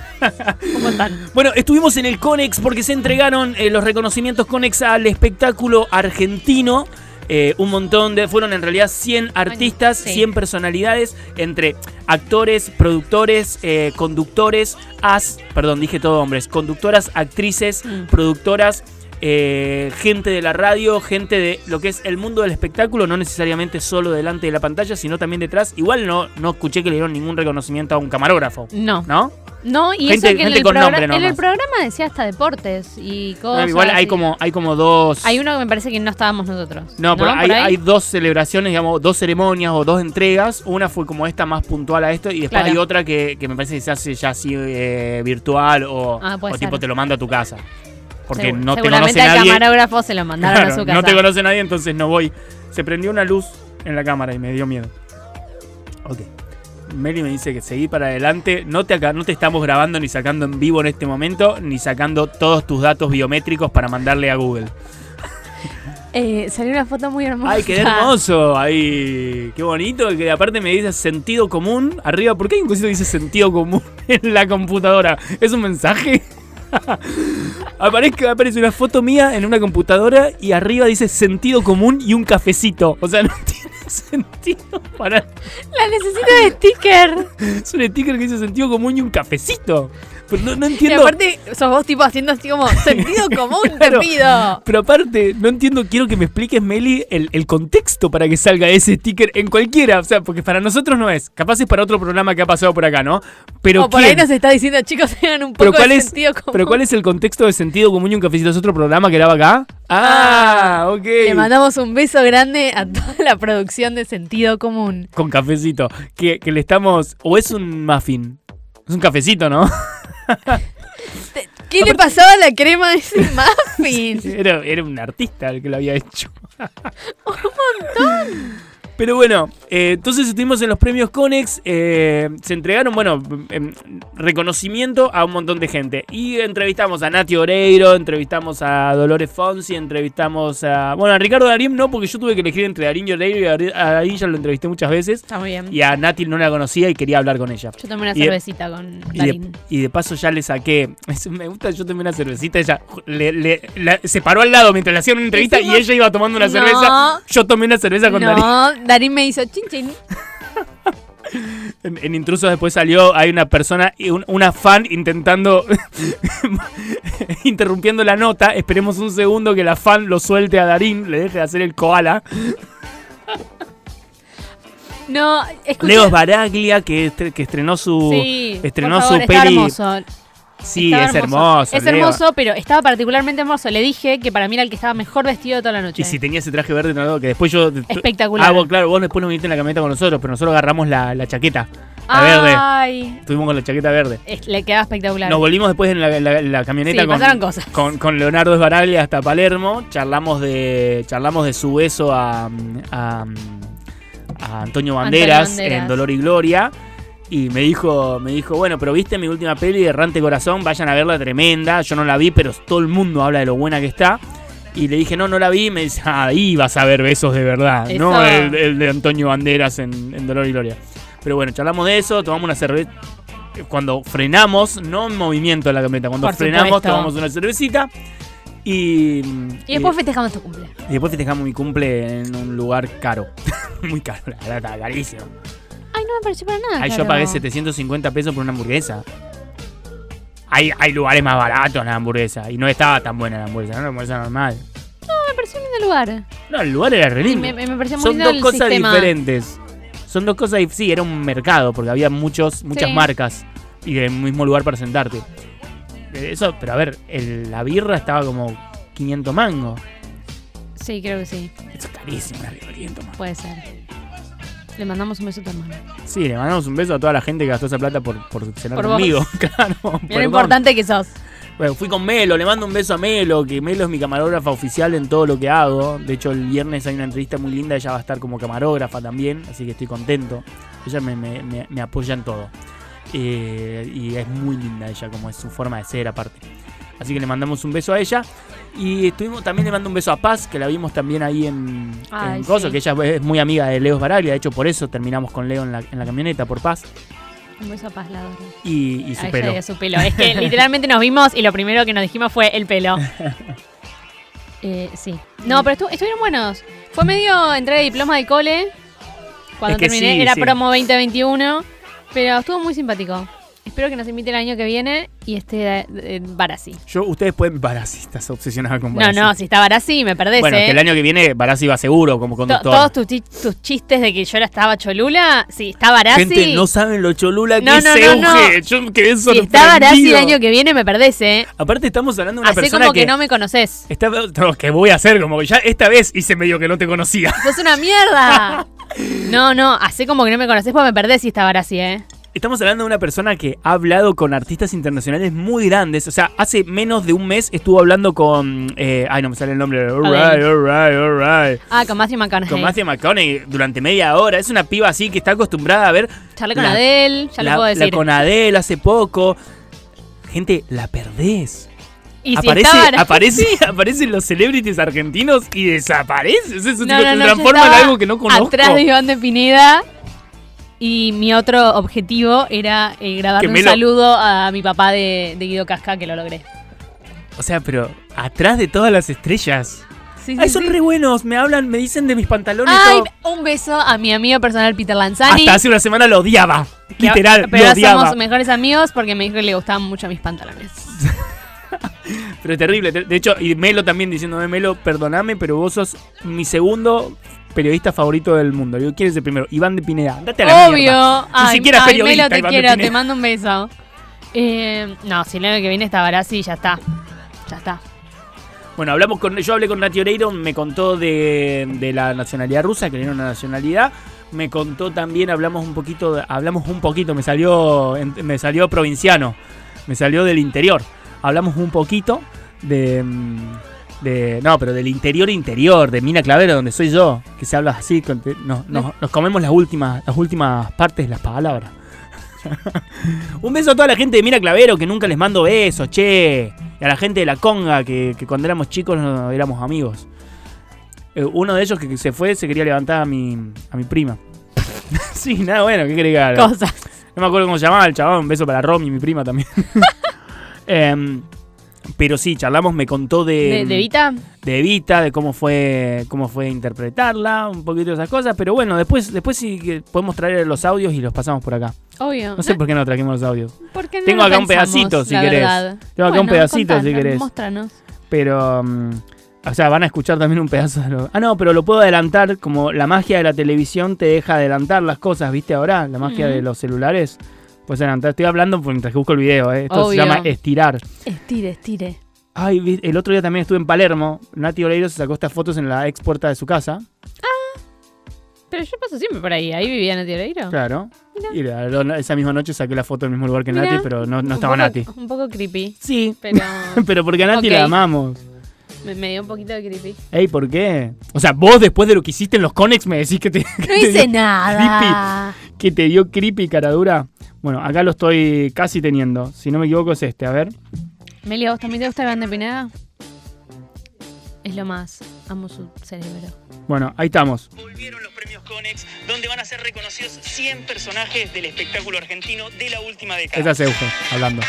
¿Cómo están?
Bueno, estuvimos en el Conex porque se entregaron eh, los reconocimientos Conex al espectáculo argentino. Eh, un montón de. Fueron en realidad 100 artistas,
sí.
100 personalidades, entre actores, productores, eh, conductores, as. Perdón, dije todo hombres. Conductoras, actrices,
Mm.
productoras. eh, gente de la radio, gente de lo que es el mundo del espectáculo, no necesariamente solo delante de la pantalla, sino también detrás. Igual no, no escuché que le dieron ningún reconocimiento a un camarógrafo,
No,
¿no?
No, y
Gente-
eso que en
gente
el,
con
progra-
nombre
en
nomás.
el programa decía hasta deportes y
No,
cosas.
Ah, igual hay
y-
como, hay como dos.
Hay uno que me parece que no estábamos nosotros.
No, pero
¿Por
hay,
ahí?
hay dos celebraciones, digamos, dos ceremonias o dos entregas. Una fue como esta más puntual a esto y después
Claro.
hay otra que, que me parece que se hace ya así eh, virtual o,
Ah, puede
o tipo
ser.
te lo manda a tu casa. Porque
Segu-
no te
Seguramente
conoce
al
nadie.
camarógrafo se lo mandaron
Claro,
a su casa.
no te conoce nadie, entonces no voy. Se prendió una luz en la cámara y me dio miedo. Ok. Meli me dice que seguí para adelante. No te, acá- no te estamos grabando ni sacando en vivo en este momento, ni sacando todos tus datos biométricos para mandarle a Google.
Eh, salió una foto muy hermosa.
Ay, qué hermoso. Ay, qué bonito. Que aparte me dice sentido común arriba. ¿Por qué hay un cosito que dice sentido común en la computadora? ¿Es un mensaje? Aparezca, aparece una foto mía en una computadora y arriba dice sentido común y un cafecito. O sea, no tiene sentido para.
La necesito de sticker.
Es un sticker que dice sentido común y un cafecito. Pero no, no
Y
entiendo.
aparte, sos vos tipo haciendo así como sentido común, te
Claro.
pido.
Pero aparte, no entiendo, quiero que me expliques, Meli, el, el contexto para que salga ese sticker en cualquiera. O sea, porque para nosotros no es. Capaz es para otro programa que ha pasado por acá, ¿no? Pero,
O Oh, por ahí
¿quién?
nos está diciendo, chicos, hagan un
pero,
poco
¿cuál
de
es,
sentido común.
pero ¿cuál es el contexto de sentido común y un cafecito? ¿Es otro programa que graba acá? Ah, ok.
Le mandamos un beso grande a toda la producción de sentido común.
Con cafecito. Que, que le estamos. O es un muffin. Es un cafecito, ¿no?
¿Qué le pasaba a la crema de ese muffin?
Era, era un artista el que lo había hecho. un montón. Pero bueno, eh, entonces estuvimos en los premios Conex, eh, se entregaron, bueno, em, reconocimiento a un montón de gente. Y entrevistamos a Nati Oreiro, entrevistamos a Dolores Fonsi, entrevistamos a... Bueno, a Ricardo Darín no, porque yo tuve que elegir entre Darín y Oreiro y a Dari- a Darín ya lo entrevisté muchas veces.
Está muy bien.
Y a Nati no la conocía y quería hablar con ella.
Yo tomé una
y-
cervecita con
Y de,
Darín.
y de paso ya le saqué. es- Me gusta, yo tomé una cervecita. Ella le- le- la- se paró al lado mientras le hacían una entrevista
Hicimos-
y ella iba tomando una
No.
cerveza. Yo tomé una cerveza con Darín.
No, Darín me hizo chin chin.
En, en Intrusos después salió, hay una persona, y un- una fan intentando, interrumpiendo la nota. Esperemos un segundo que la fan lo suelte a Darín, le deje de hacer el koala.
No, escuché.
Leo Baraglia, que, estre- que estrenó su,
Sí,
estrenó
por favor,
su
está
peli.
hermoso.
Sí,
Estaba
es hermoso.
Es
Leo.
hermoso, pero estaba particularmente hermoso. Le dije que para mí era el que estaba mejor vestido de toda la noche.
Y si tenía ese traje verde, no, que después yo.
Espectacular.
Ah, vos, claro, vos después no viniste en la camioneta con nosotros, pero nosotros agarramos la, la chaqueta. La verde.
Ay,
Estuvimos con la chaqueta verde.
es- le quedaba espectacular.
Nos volvimos después en la, la- la camioneta
Sí, pasaron
con,
cosas.
con, con Leonardo Esbaraglia hasta Palermo. Charlamos de charlamos de su beso a, a- a Antonio Banderas,
Banderas.
en Dolor y Gloria. Y me dijo, me dijo, bueno, pero viste mi última peli, Errante Corazón, vayan a verla, tremenda. Yo no la vi, pero todo el mundo habla de lo buena que está. Y le dije, no, no la vi. Y me dice, ah, ahí vas a ver besos de verdad.
Eso.
No el, el de Antonio Banderas en, en Dolor y Gloria. Pero bueno, charlamos de eso, tomamos una cerveza. Cuando frenamos, no en movimiento en la camioneta, cuando
Por
frenamos,
supuesto.
tomamos una cervecita. Y,
y después festejamos tu cumple.
y después festejamos mi cumple en un lugar caro. Muy caro, la verdad, estaba carísimo.
Ay, no me pareció para nada.
Ahí yo
caro.
pagué 750 pesos por una hamburguesa. Hay, hay lugares más baratos en la hamburguesa. Y no estaba tan buena la hamburguesa, no era una hamburguesa normal.
No, me pareció un lindo lugar.
No, el lugar era re
Y
lindo.
me, me pareció muy
Son
lindo
dos
el
cosas
sistema.
diferentes. Son dos cosas dif- Sí, era un mercado, porque había muchos, muchas
Sí.
marcas y en el mismo lugar para sentarte. Eh, Eso, pero a ver, el- la birra estaba como 500 mangos.
Sí, creo que sí.
Eso es carísimo, la birra, 500 mangos.
Puede ser. Le mandamos un beso a tu hermano.
Sí, le mandamos un beso a toda la gente que gastó esa plata por, por cenar
Por vos.
conmigo. Claro,
Mira lo
perdón.
importante que sos.
Bueno, fui con Melo, le mando un beso a Melo, que Melo es mi camarógrafa oficial en todo lo que hago. De hecho, el viernes hay una entrevista muy linda, ella va a estar como camarógrafa también, así que estoy contento. Ella me, me- me- me apoya en todo. Eh, y es muy linda ella, como es su forma de ser aparte. Así que le mandamos un beso a ella. Y estuvimos, también le mando un beso a Paz, que la vimos también ahí en,
Ay,
en Coso,
sí.
que ella es muy amiga de Leo Baraglia. De hecho, por eso terminamos con Leo en la, en la camioneta, por Paz.
Un beso a Paz, la adoro.
Y, y su
Ay, ya
pelo.
digo, su pelo. Es que literalmente nos vimos y lo primero que nos dijimos fue el pelo. Eh, sí. No, pero estu- estuvieron buenos. Fue medio entrega de diploma de cole. Cuando
Es que
terminé,
sí,
era
sí.
promo 2021. Pero estuvo muy simpático. Espero que nos invite el año que viene y esté eh, Barassi.
Yo, ustedes pueden. Barassi, estás obsesionada con
No,
Barassi.
no, si está Barassi me perdés,
Bueno,
eh.
que el año que viene Barassi va seguro como
To-
conductor.
todos tus, chi- tus chistes de que yo era estaba Cholula, si está Barassi.
Gente, no saben lo cholula que
No, no,
es
no, no.
Euge. Yo quedé
si
sorprendido.
está Barassi el año que viene me perdés, eh.
Aparte estamos hablando de una
Hacé
persona
como que... no me conoces.
está- no, que voy a hacer como que ya esta vez hice medio que no te conocía.
¡Sos una mierda! No, no, hacé como que no me conoces porque me perdés si está Barassi, eh.
Estamos hablando de una persona que ha hablado con artistas internacionales muy grandes. O sea, hace menos de un mes estuvo hablando con. eh, ay, no me sale el nombre. Alright,
Adele.
alright, alright.
Ah, con Matthew McConaughey.
Con Matthew McConaughey durante media hora. Es una piba así que está acostumbrada a ver.
Charlé con
la-
Adele, ya
la,
lo puedo
la
decir.
con Adele hace poco. Gente, la perdés.
Y si
aparece,
está Barassi-
aparece, aparecen los celebrities argentinos y desaparece. Es- es- se
No, no, no, yo
transforma en
estaba
algo que no conozco.
Atrás de Iván de Pineda. Y mi otro objetivo era eh,
Que
grabarle un
me lo-
saludo a mi papá de, de Guido Casca, que lo logré.
O sea, pero atrás de todas las estrellas.
Sí,
Ay,
sí,
son
sí.
Ah, re buenos, me hablan, me dicen de mis pantalones. y
Ay,
todo.
un beso a mi amigo personal Peter Lanzani.
Hasta hace una semana lo odiaba.
que-
Literal,
Pero
lo
ahora
odiaba.
somos mejores amigos porque me dijo que le gustaban mucho mis pantalones.
Pero terrible. te- De hecho, y Melo también diciéndome, Melo, perdoname, pero vos sos mi segundo periodista favorito del mundo. Yo, ¿quién es el primero? Iván de Pineda. Date a la
Obvio.
mierda.
Ay,
siquiera es
ay,
periodista,
Melo, te
Iván de
quiero,
Pineda.
te mando un beso. Eh, no, si el año que viene está Barassi, ya está. Ya está.
Bueno, hablamos con, yo hablé con Nati Oreiro, me contó de, de la nacionalidad rusa, que era una nacionalidad. Me contó también, hablamos un poquito, de- hablamos un poquito, me salió, en- me salió provinciano, me salió del interior. Hablamos un poquito de, mm, de- no, pero del interior interior, de Mina Clavero, donde soy yo, que se habla así, con- no- no- nos comemos las últimas, las últimas partes de las palabras. Un beso a toda la gente de Mira Clavero que nunca les mando besos, che. Y a la gente de la conga que, que cuando éramos chicos no, éramos amigos. Eh, uno de ellos que, que se fue se quería levantar a mi, a mi prima. sí, nada bueno, ¿qué querés que haga?
Cosas.
No me acuerdo cómo se llamaba el chabón. Un beso para Romy, mi prima también. Em, pero sí, charlamos, me contó de.
¿De, de Vita?
de Evita, de cómo fue, cómo fue interpretarla, un poquito de esas cosas. Pero bueno, después, después sí que podemos traer los audios y los pasamos por acá.
Obvio.
No sé por qué no trajimos los audios.
¿Por qué no
Tengo
lo
acá un
pensamos,
pedacito, si
la
querés.
verdad?
Tengo acá un pedacito, si querés.
Mostranos.
Pero. mm, o sea, van a escuchar también un pedazo de lo- Ah, no, pero lo puedo adelantar. Como la magia de la televisión te deja adelantar las cosas, ¿viste ahora? La magia
Mm.
de los celulares. Puedes adelantar. Estoy hablando mientras que busco el video, ¿eh? Esto se
Obvio.
llama estirar.
Estire, estire.
Ay, vi- el otro día también estuve en Palermo. Nati Oreiro se sacó estas fotos en la ex puerta de su casa.
Pero yo paso siempre por ahí. Ahí vivía Nati Oreiro.
Claro. Y la- la- esa misma noche saqué la foto en el mismo lugar que
Mirá.
Nati, pero no, no
Un
estaba
poco-
Nati.
Un poco creepy,
Sí.
pero
Pero porque a Nati
Ok.
la amamos.
me, me dio un poquito de creepy.
Ey, ¿por qué? O sea, vos después de lo que hiciste en los Conex me decís que te. que
No
te dio-
hice nada.
que te dio creepy cara dura. Bueno, acá lo estoy casi teniendo. Si no me equivoco es este, a ver.
Meli, ¿a vos también te gusta Iván de Pineda? Es lo más. Amo su cerebro.
Bueno, ahí estamos.
Volvieron los premios Conex, donde van a ser reconocidos 100 personajes del espectáculo argentino de la última década.
Esa es Euge, hablando.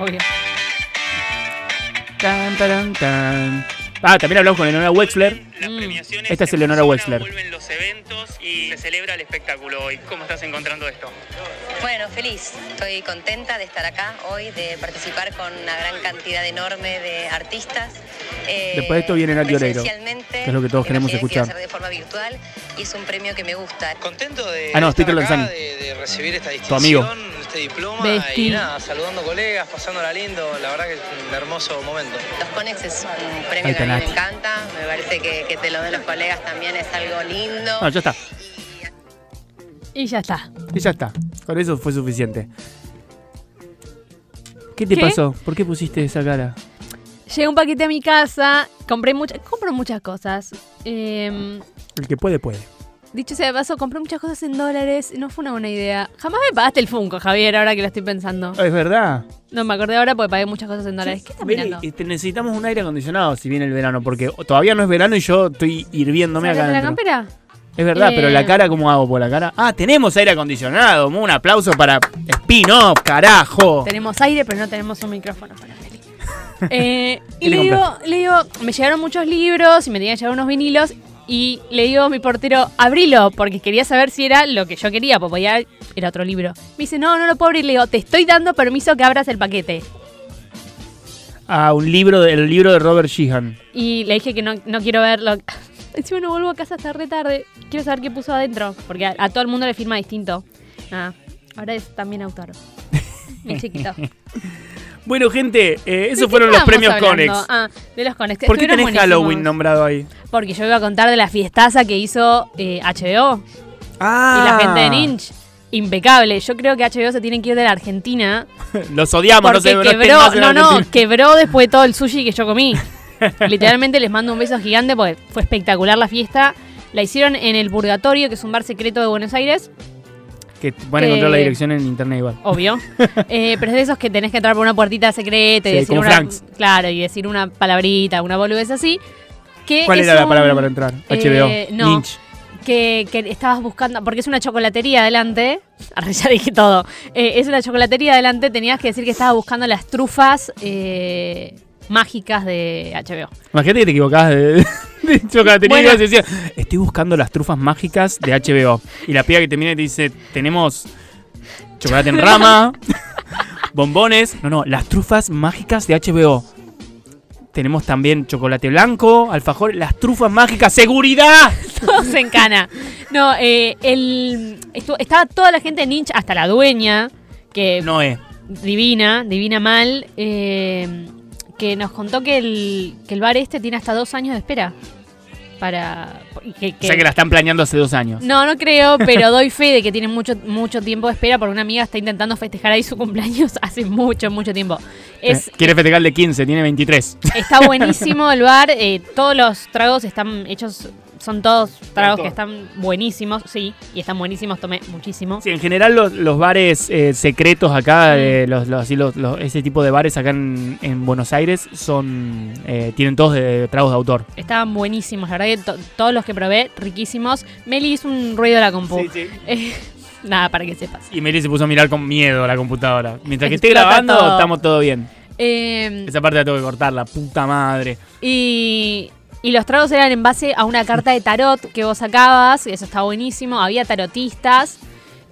Obvio.
Tan, taran, tan. Ah, también hablamos con Eleonora Wexler.
Las
Mm.
premiaciones
Esta es
se
Eleonora
fusionan,
Wexler.
Vuelven los eventos y se celebra el espectáculo hoy. ¿Cómo estás encontrando esto?
Bueno, feliz. Estoy contenta de estar acá hoy, de participar con una gran cantidad enorme de artistas. Eh,
Después de esto viene Nati Oreiro,
presencialmente,
que es lo que todos queremos
imaginé iba a
escuchar.
ser de forma virtual y es un premio que me gusta.
Contento de
Ah, no,
estar
Peter
acá,
Lanzani.
de, de recibir esta
Tu amigo.
distinción, este diploma
Besti.
y nada, saludando colegas, pasándola lindo, la verdad que es un hermoso momento.
Los Conex es un
Ahí
premio
está
que a
Nati.
mí me encanta, me parece que, que te lo den los colegas también es algo lindo.
No, Ah, ya está.
Y ya está.
Y ya está. Con eso fue suficiente. ¿Qué te
¿Qué?
pasó? ¿Por qué pusiste esa cara?
Llegué un paquete a mi casa. Compré muchas. Compro muchas cosas. Eh,
El que puede, puede.
Dicho sea de paso, compré muchas cosas en dólares. No fue una buena idea. Jamás me pagaste el Funko, Javier, ahora que lo estoy pensando.
Ah, Es verdad.
No me acordé ahora porque pagué muchas cosas en dólares. ¿Qué estás
Meli,
mirando?
este, necesitamos un aire acondicionado si viene el verano, porque todavía no es verano y yo estoy hirviéndome acá.
¿Sacate la
adentro.
campera?
Es verdad,
Eh.
pero la cara, ¿cómo hago por la cara? Ah, tenemos aire acondicionado. Un aplauso para Spin-Off, carajo.
Tenemos aire, pero no tenemos un micrófono para Meli. Eh, y
¿Qué le
le digo, le digo, me llegaron muchos libros y me tenían que llegar unos vinilos. Y le digo a mi portero, abrilo, porque quería saber si era lo que yo quería, porque podía era otro libro. Me dice, no, no lo puedo abrir. Le digo, te estoy dando permiso que abras el paquete.
Ah, un libro, de- el libro de Robert Sheehan.
Y le dije que no, no quiero verlo. Encima no vuelvo a casa hasta re tarde. Quiero saber qué puso adentro. Porque a, a todo el mundo le firma distinto. Nada. Ahora es también autor. Mi chiquito.
Bueno, gente, eh,
¿De
esos
qué
fueron los
estábamos
premios
hablando?
Conex.
Ah, de los Conex.
¿Por qué
Estuvieron
tenés
buenísimos.
Halloween nombrado ahí?
Porque yo iba a contar de la fiestaza que hizo eh, HBO
Ah.
y la gente de Ninch. Impecable. Yo creo que HBO se tiene que ir de la Argentina.
Los odiamos, no
Porque
se no estén
quebró,
más en
no, no,
Argentina.
quebró después de todo el sushi que yo comí. Literalmente les mando un beso gigante porque fue espectacular la fiesta. La hicieron en el Purgatorio, que es un bar secreto de Buenos Aires,
Que van a encontrar la
que-
dirección en internet igual.
obvio. Eh, pero es de esos que tenés que entrar por una puertita secreta y
Sí,
decir
como
una.
Franks.
Claro, y decir una palabrita, una boludez así. Que
¿Cuál
Eh, es
era la
un-
palabra para entrar?
eh,
HBO.
no.
Lynch.
que, que estabas buscando, porque es una chocolatería adelante, Arre, ya dije todo, Eh, es una chocolatería adelante, tenías que decir que estabas buscando las trufas eh, mágicas de HBO.
Imagínate que te equivocabas de, de chocolatería
Bueno.
y ibas y decías, estoy buscando las trufas mágicas de HBO. Y la piba que te mira y te dice, tenemos chocolate en rama, bombones. No, no, las trufas mágicas de HBO. Tenemos también chocolate blanco, alfajor, las trufas mágicas, seguridad.
Todos en cana. No, eh, el, estu- estaba toda la gente de Ninch, hasta la dueña, que
Noé.
divina, divina mal, eh, que nos contó que el, que el bar este tiene hasta dos años de espera. Para. y que-
O sea que la están planeando hace dos años.
No, no creo, pero doy fe de que tienen mucho, mucho tiempo de espera porque una amiga está intentando festejar ahí su cumpleaños hace mucho, mucho tiempo. Es,
Eh, Quiere festejar el de 15, tiene 23.
está buenísimo el bar, eh, todos los tragos están hechos, son todos tragos
todo.
que están buenísimos, sí, y están buenísimos, tomé muchísimo.
Sí, en general los, los bares eh, secretos acá, eh, los, los- así los- los- ese tipo de bares acá en, en Buenos Aires son eh, tienen todos de, tragos de autor.
Estaban buenísimos, la verdad que to- todos los que probé, riquísimos. Meli hizo un ruido a la compu. Eh, nada, para que sepas.
Y Meli se puso a mirar con miedo la computadora. Mientras que esté
Explota
grabando,
todo.
estamos todo bien.
Eh,
Esa parte la tengo que cortar, la puta madre.
Y, y los tragos eran en base a una carta de tarot que vos sacabas, y eso está buenísimo. Había tarotistas,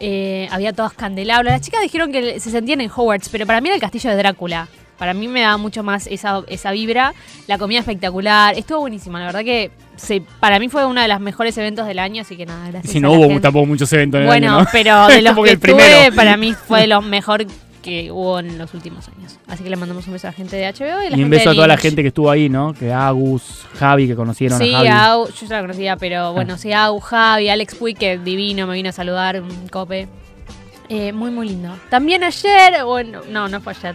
eh, había todas candelabras. Las chicas dijeron que se sentían en Hogwarts, pero para mí era el castillo de Drácula. Para mí me daba mucho más esa, esa vibra. La comida espectacular, estuvo buenísimo. La verdad que se, para mí fue uno de los mejores eventos del año, así que nada, gracias.
Si
a
no
la
hubo
gente.
tampoco muchos eventos en el
Bueno,
año, ¿no?
pero de los
Porque
que
el primero.
tuve, para mí fue de los mejor que hubo en los últimos años. Así que le mandamos un beso a la gente de HBO y, la
Y un
gente
beso
de
a toda la
Lynch.
gente que estuvo ahí, ¿no? Que Agus, Javi, que conocieron
Sí,
a Javi. Ah.
Au, yo ya la conocía, pero bueno, sí, Au, Javi, Alex Puy, que divino, me vino a saludar, un cope. Eh, muy, muy lindo. También ayer, bueno, no, no fue ayer.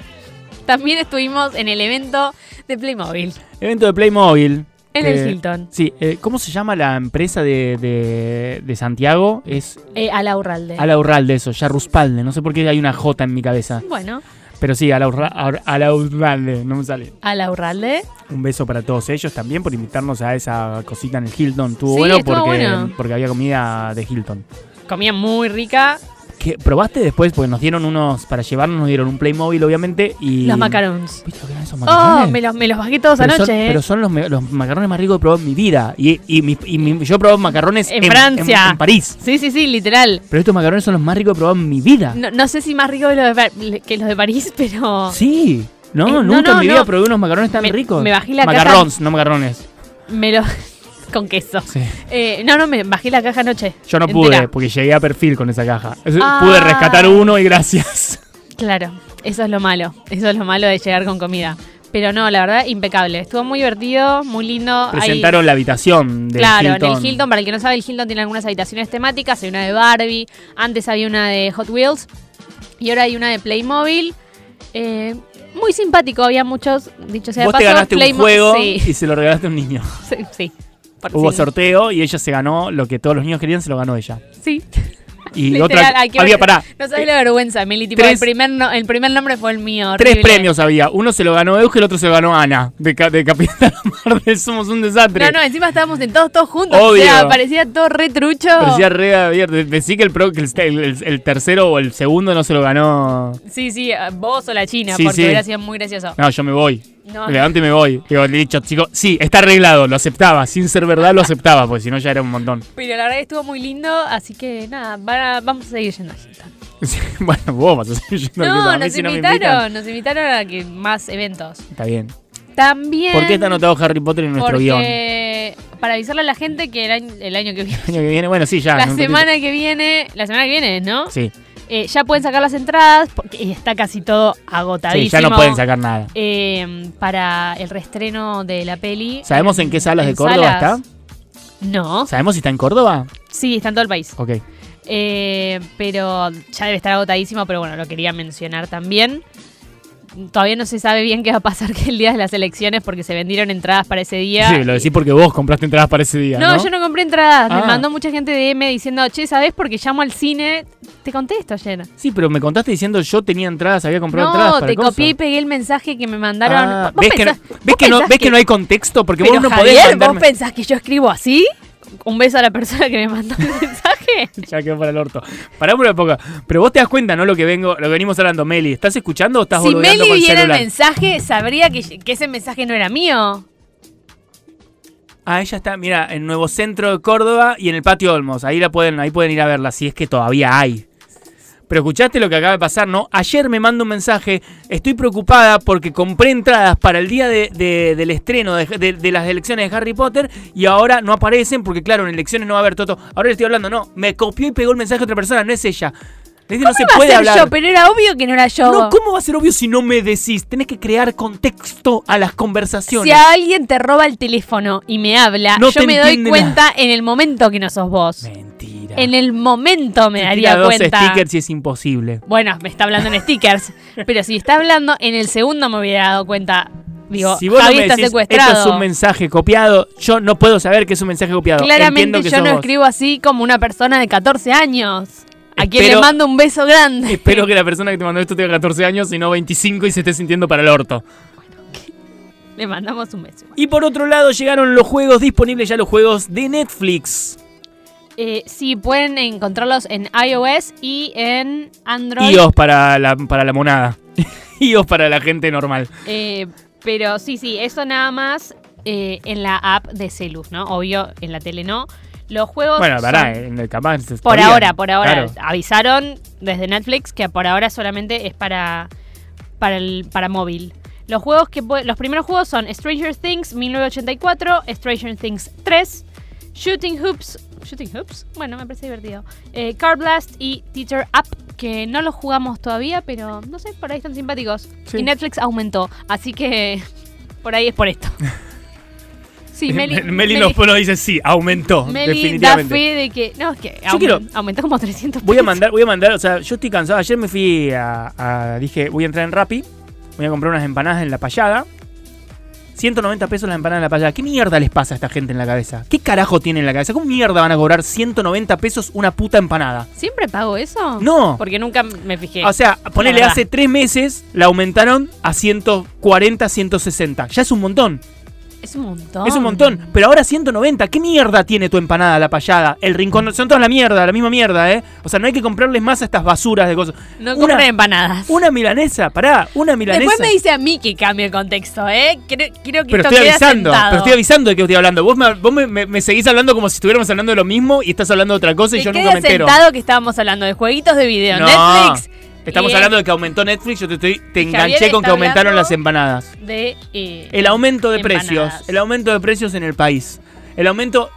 También estuvimos en el evento de Playmobil,
Evento de Playmobil.
en
que-
el Hilton,
Sí, eh, ¿cómo se llama la empresa de, de- de Santiago? Es
eh, a la Urralde.
Ala Urralde, eso, ya Ruspalde. No sé por qué hay una J en mi cabeza.
Bueno,
Pero sí, Ala, Urra- Ar- Ala Urralde, no me sale.
a la Urralde.
Un beso para todos ellos también por invitarnos a esa cosita en el Hilton. Estuvo
Sí,
bueno
estuvo
porque,
bueno.
porque había comida de Hilton.
Comía muy rica.
¿Qué, ¿Probaste después? Porque nos dieron unos, para llevarnos, nos dieron un Playmobil, obviamente. Y...
Los macarons.
¿Viste lo que eran esos
Oh,
macarrones?
me los, me los bajé todos
pero
anoche,
son,
eh.
pero son los, me- los macarrones más ricos que he probado en mi vida. Y, y mis- y mi- yo he probado macarrones
En Francia.
en París.
Sí, sí, sí, literal.
Pero estos macarrones son los más ricos que he probado en mi vida.
No, no sé si más rico que los de, Par- que los de París, pero
Sí. No,
Eh, no,
nunca en
no,
mi vida
no.
probé unos macarrones tan
Me-
ricos.
me bajé la caja-
Macarrons, no macarrones.
me los... con queso.
Sí.
Eh, no, no, me bajé la caja anoche.
Yo no pude,
Entera.
porque llegué a perfil con esa caja. Es-
Ah.
Pude rescatar uno y gracias.
Claro, eso es lo malo. Eso es lo malo de llegar con comida. Pero no, la verdad, impecable. Estuvo muy divertido, muy lindo. Hay-
Presentaron la habitación del
claro,
Hilton.
en el Hilton, para el que no sabe, el Hilton tiene algunas habitaciones temáticas. Hay una de Barbie, antes había una de Hot Wheels y ahora hay una de Playmobil. Eh, muy simpático, había muchos, dicho sea de
Vos te
paso,
ganaste un
Playmo-
juego
Sí,
y se lo regalaste a un niño.
sí, sí. Por-
Hubo
sí,
sorteo y ella se ganó lo que todos los niños querían, se lo ganó ella.
sí.
Y
Literal,
otra.
hay que
Había
ver-
pará.
No sabes la vergüenza, Meli. Tipo,
Eh, tres-
el, primer no- el primer nombre fue el mío.
Tres
horrible.
premios había. Uno se lo ganó Euge, el otro se lo ganó Ana. De, ca- de Capitán Marvel. Somos un desastre.
No, no, encima estábamos sentados todos juntos.
Obvio.
O sea, parecía todo re trucho.
Parecía re abierto. Decí que, el, pro- que el, el- el tercero o el segundo no se lo ganó.
Sí, sí, vos o la China,
Sí,
porque
sí.
hubiera sido muy gracioso.
No, yo me voy.
No.
Me levanto y me voy. Digo, le he dicho, chico, sí, está arreglado, lo aceptaba. Sin ser verdad, lo aceptaba, porque si no ya era un montón.
Pero la verdad que estuvo muy lindo, así que nada, van a- vamos a seguir yendo a Hilton.
Sí, bueno, vos vas a seguir yendo al club.
No,
A mí
nos
si me
invitaron, nos invitaron a que más eventos.
Está bien.
También.
¿Por qué está anotado Harry Potter en nuestro guión? El
porque para avisarle a la gente que el año, el año que viene.
año que viene, bueno, sí, ya.
la
no te-
semana que viene, la semana que viene, ¿no?
Sí,
Eh, ya pueden sacar las entradas porque está casi todo
sí,
agotadísimo.
ya no pueden sacar nada.
Eh, para el reestreno de la peli. Em,
¿Sabemos en qué salas de Córdoba
salas. No,
está? ¿Sabemos si está en Córdoba?
sí, está en todo el país.
Ok.
Eh, pero ya debe estar agotadísimo, pero bueno, lo quería mencionar también. Todavía no se sabe bien qué va a pasar que el día de las elecciones porque se vendieron entradas para ese día.
Sí, lo decís porque vos compraste entradas para ese día.
No,
No,
yo no compré entradas.
Ah.
Me mandó mucha gente DM diciendo, che, ¿sabes? Porque llamo al cine. Te conté esto ayer.
Sí, pero me contaste diciendo yo tenía entradas, había comprado entradas.
No,
para
te
cosas.
copié y pegué el mensaje que me mandaron.
Ah,
¿Vos
¿ves, que no,
pensás-
ves,
vos
que no,
pensás
ves que no hay contexto? Porque
Pero
vos no
Javier,
podés
¿vos
mandarme.
pensás que yo escribo así? Un beso a la persona que me mandó el mensaje.
Ya quedó para el orto. Pará por una poca. Pero vos te das cuenta, ¿no? Lo que vengo, lo que venimos hablando, Meli. ¿Estás escuchando o estás
Si
boludeando
Meli
con el
viera el
celular?
mensaje, sabría que, que ese mensaje no era mío.
Ah, ella está, mira, en Nuevo Centro de Córdoba y en el Patio Olmos. Ahí la pueden, ahí pueden ir a verla, si es que todavía hay. Pero escuchaste lo que acaba de pasar, ¿no? Ayer me manda un mensaje, estoy preocupada porque compré entradas para el día de- de- del estreno de, de- de las elecciones de Harry Potter y ahora no aparecen porque, claro, en elecciones no va a haber Toto. Ahora le estoy hablando, no, me copió y pegó el mensaje a otra persona, no es ella. Le dije, no se
¿Cómo
puede
iba a ser
hablar.
yo? Pero era obvio que no era yo.
No, ¿cómo va a ser obvio si no me decís? Tenés que crear contexto a las conversaciones.
si a alguien te roba el teléfono y me habla,
No
yo
te
me doy
entiende
cuenta en el momento que no sos vos.
Mentira.
En el momento me
Te
daría
tira dos
cuenta.
stickers y es imposible.
Bueno, me está hablando en stickers. pero si está hablando, en el segundo me hubiera dado cuenta. Digo,
si vos
Javi
no me
está
decís,
secuestrado.
esto es un mensaje copiado, yo no puedo saber que es un mensaje copiado. Entiendo
Claramente
que
yo
sos
no
vos.
escribo así como una persona de 14 años. A quien le
Espero-
mando un beso grande.
Espero que la persona que te mandó esto tenga 14 años y no 25 y se esté sintiendo para el orto.
Le mandamos un beso.
Y por otro lado llegaron los juegos disponibles ya los juegos de Netflix.
Eh, sí, pueden encontrarlos en iOS y en Android.
IOS para la, para la monada. IOS para la gente normal.
Eh, pero sí, sí, eso nada más eh, en la app de Celus, ¿no? Obvio, en la tele no. Los juegos.
Bueno,
Oh, son-
pará, eh, en el capaz. se
Por
podía.
ahora, por ahora.
Claro.
Avisaron desde Netflix que por ahora solamente es para, para, el, para móvil. Los, juegos que, pue- los primeros juegos son Stranger Things 1984, Stranger Things 3, Shooting Hoops. Shooting Hoops, bueno, me parece divertido. Eh, Car Blast y Teacher Up, que no los jugamos todavía, pero no sé, por ahí están simpáticos.
Sí.
Y Netflix aumentó, así que por ahí es por esto. Sí, Meli,
Meli, nos nos dice sí, aumentó.
Meli da
Ah, definitivamente.
fe de que. No, es que
Yo quiero-
aumen- aumentó como 300
Voy a
pesos.
mandar, voy a mandar, o sea, yo estoy cansado. Ayer me fui a, a- dije, voy a entrar en Rappi, voy a comprar unas empanadas en la payada. 190 pesos las empanadas en la payada. ¿Qué mierda les pasa a esta gente en la cabeza? ¿Qué carajo tienen en la cabeza? ¿Cómo mierda van a cobrar 190 pesos una puta empanada?
¿Siempre pago eso?
No.
Porque nunca me fijé.
O sea, ponele
La verdad.
hace tres meses, la aumentaron a 140, 160. Ya es un montón.
es un montón.
Es un montón. Pero ahora 190. ¿Qué mierda tiene tu empanada, la payada? El rincón. Son todas la mierda, la misma mierda, ¿eh? O sea, no hay que comprarles más a estas basuras de cosas.
No
Una-
compran empanadas.
Una milanesa, pará, una milanesa.
Después me dice a mí que cambie el contexto, ¿eh? Quiero, quiero que
pero
esto
estoy
quede
avisando,
asentado.
pero estoy avisando de que estoy hablando. Vos, me, vos me, me- me seguís hablando como si estuviéramos hablando de lo mismo y estás hablando de otra cosa y
Que
yo
quede
nunca me entero.
asentado que estábamos hablando de jueguitos de video.
No,
Netflix.
Estamos
y, eh,
hablando de que aumentó Netflix, yo te estoy, te
Y
enganché
Javier
con que
está
aumentaron
hablando-
las empanadas.
De, eh,
El aumento de
Empanadas.
precios, el aumento de precios en el país. El aumento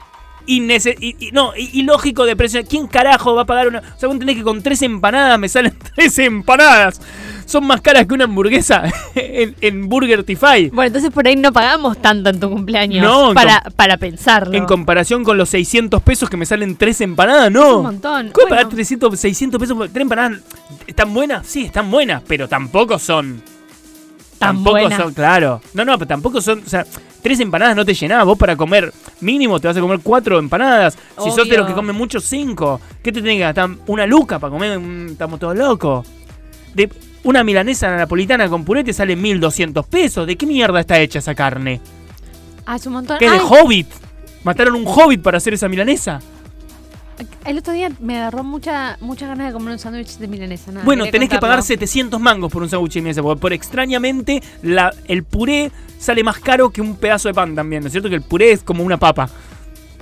innece y, y- no, i- ilógico de precios. ¿Quién carajo va a pagar una? O sea, vos entendés que con tres empanadas me salen tres empanadas. Son más caras que una hamburguesa en, en Burgertify.
Bueno, entonces por ahí no pagamos tanto en tu cumpleaños.
No, en
para, para pensarlo.
En comparación con los 600 pesos que me salen tres empanadas,
Es
no.
un montón.
¿Cómo
Bueno.
pagar 300, 600 pesos por tres empanadas? ¿Están buenas? Sí, están buenas, pero tampoco son.
Tan
tampoco
buenas.
son, claro. No, no, pero tampoco son. O sea, tres empanadas no te llenás. Vos para comer mínimo te vas a comer cuatro empanadas. Si sos de
Obvio.
los que comen mucho, cinco. ¿Qué te tenés que gastar? Una luca para comer. Mm, Estamos todos locos. De una milanesa napolitana con puré te sale 1200 pesos. ¿De qué mierda está hecha esa carne?
Ah, es un montón.
¿Qué de
Ay, Ah,
hobbit? Mataron un hobbit para hacer esa milanesa.
el otro día me agarró mucha, mucha ganas de comer un sándwich de milanesa. nada,
Bueno,
quería
tenés que pagar
contarlo.
700 mangos por un sándwich de milanesa, porque por extrañamente la- el puré sale más caro que un pedazo de pan también, ¿no es cierto? Que el puré es como una papa.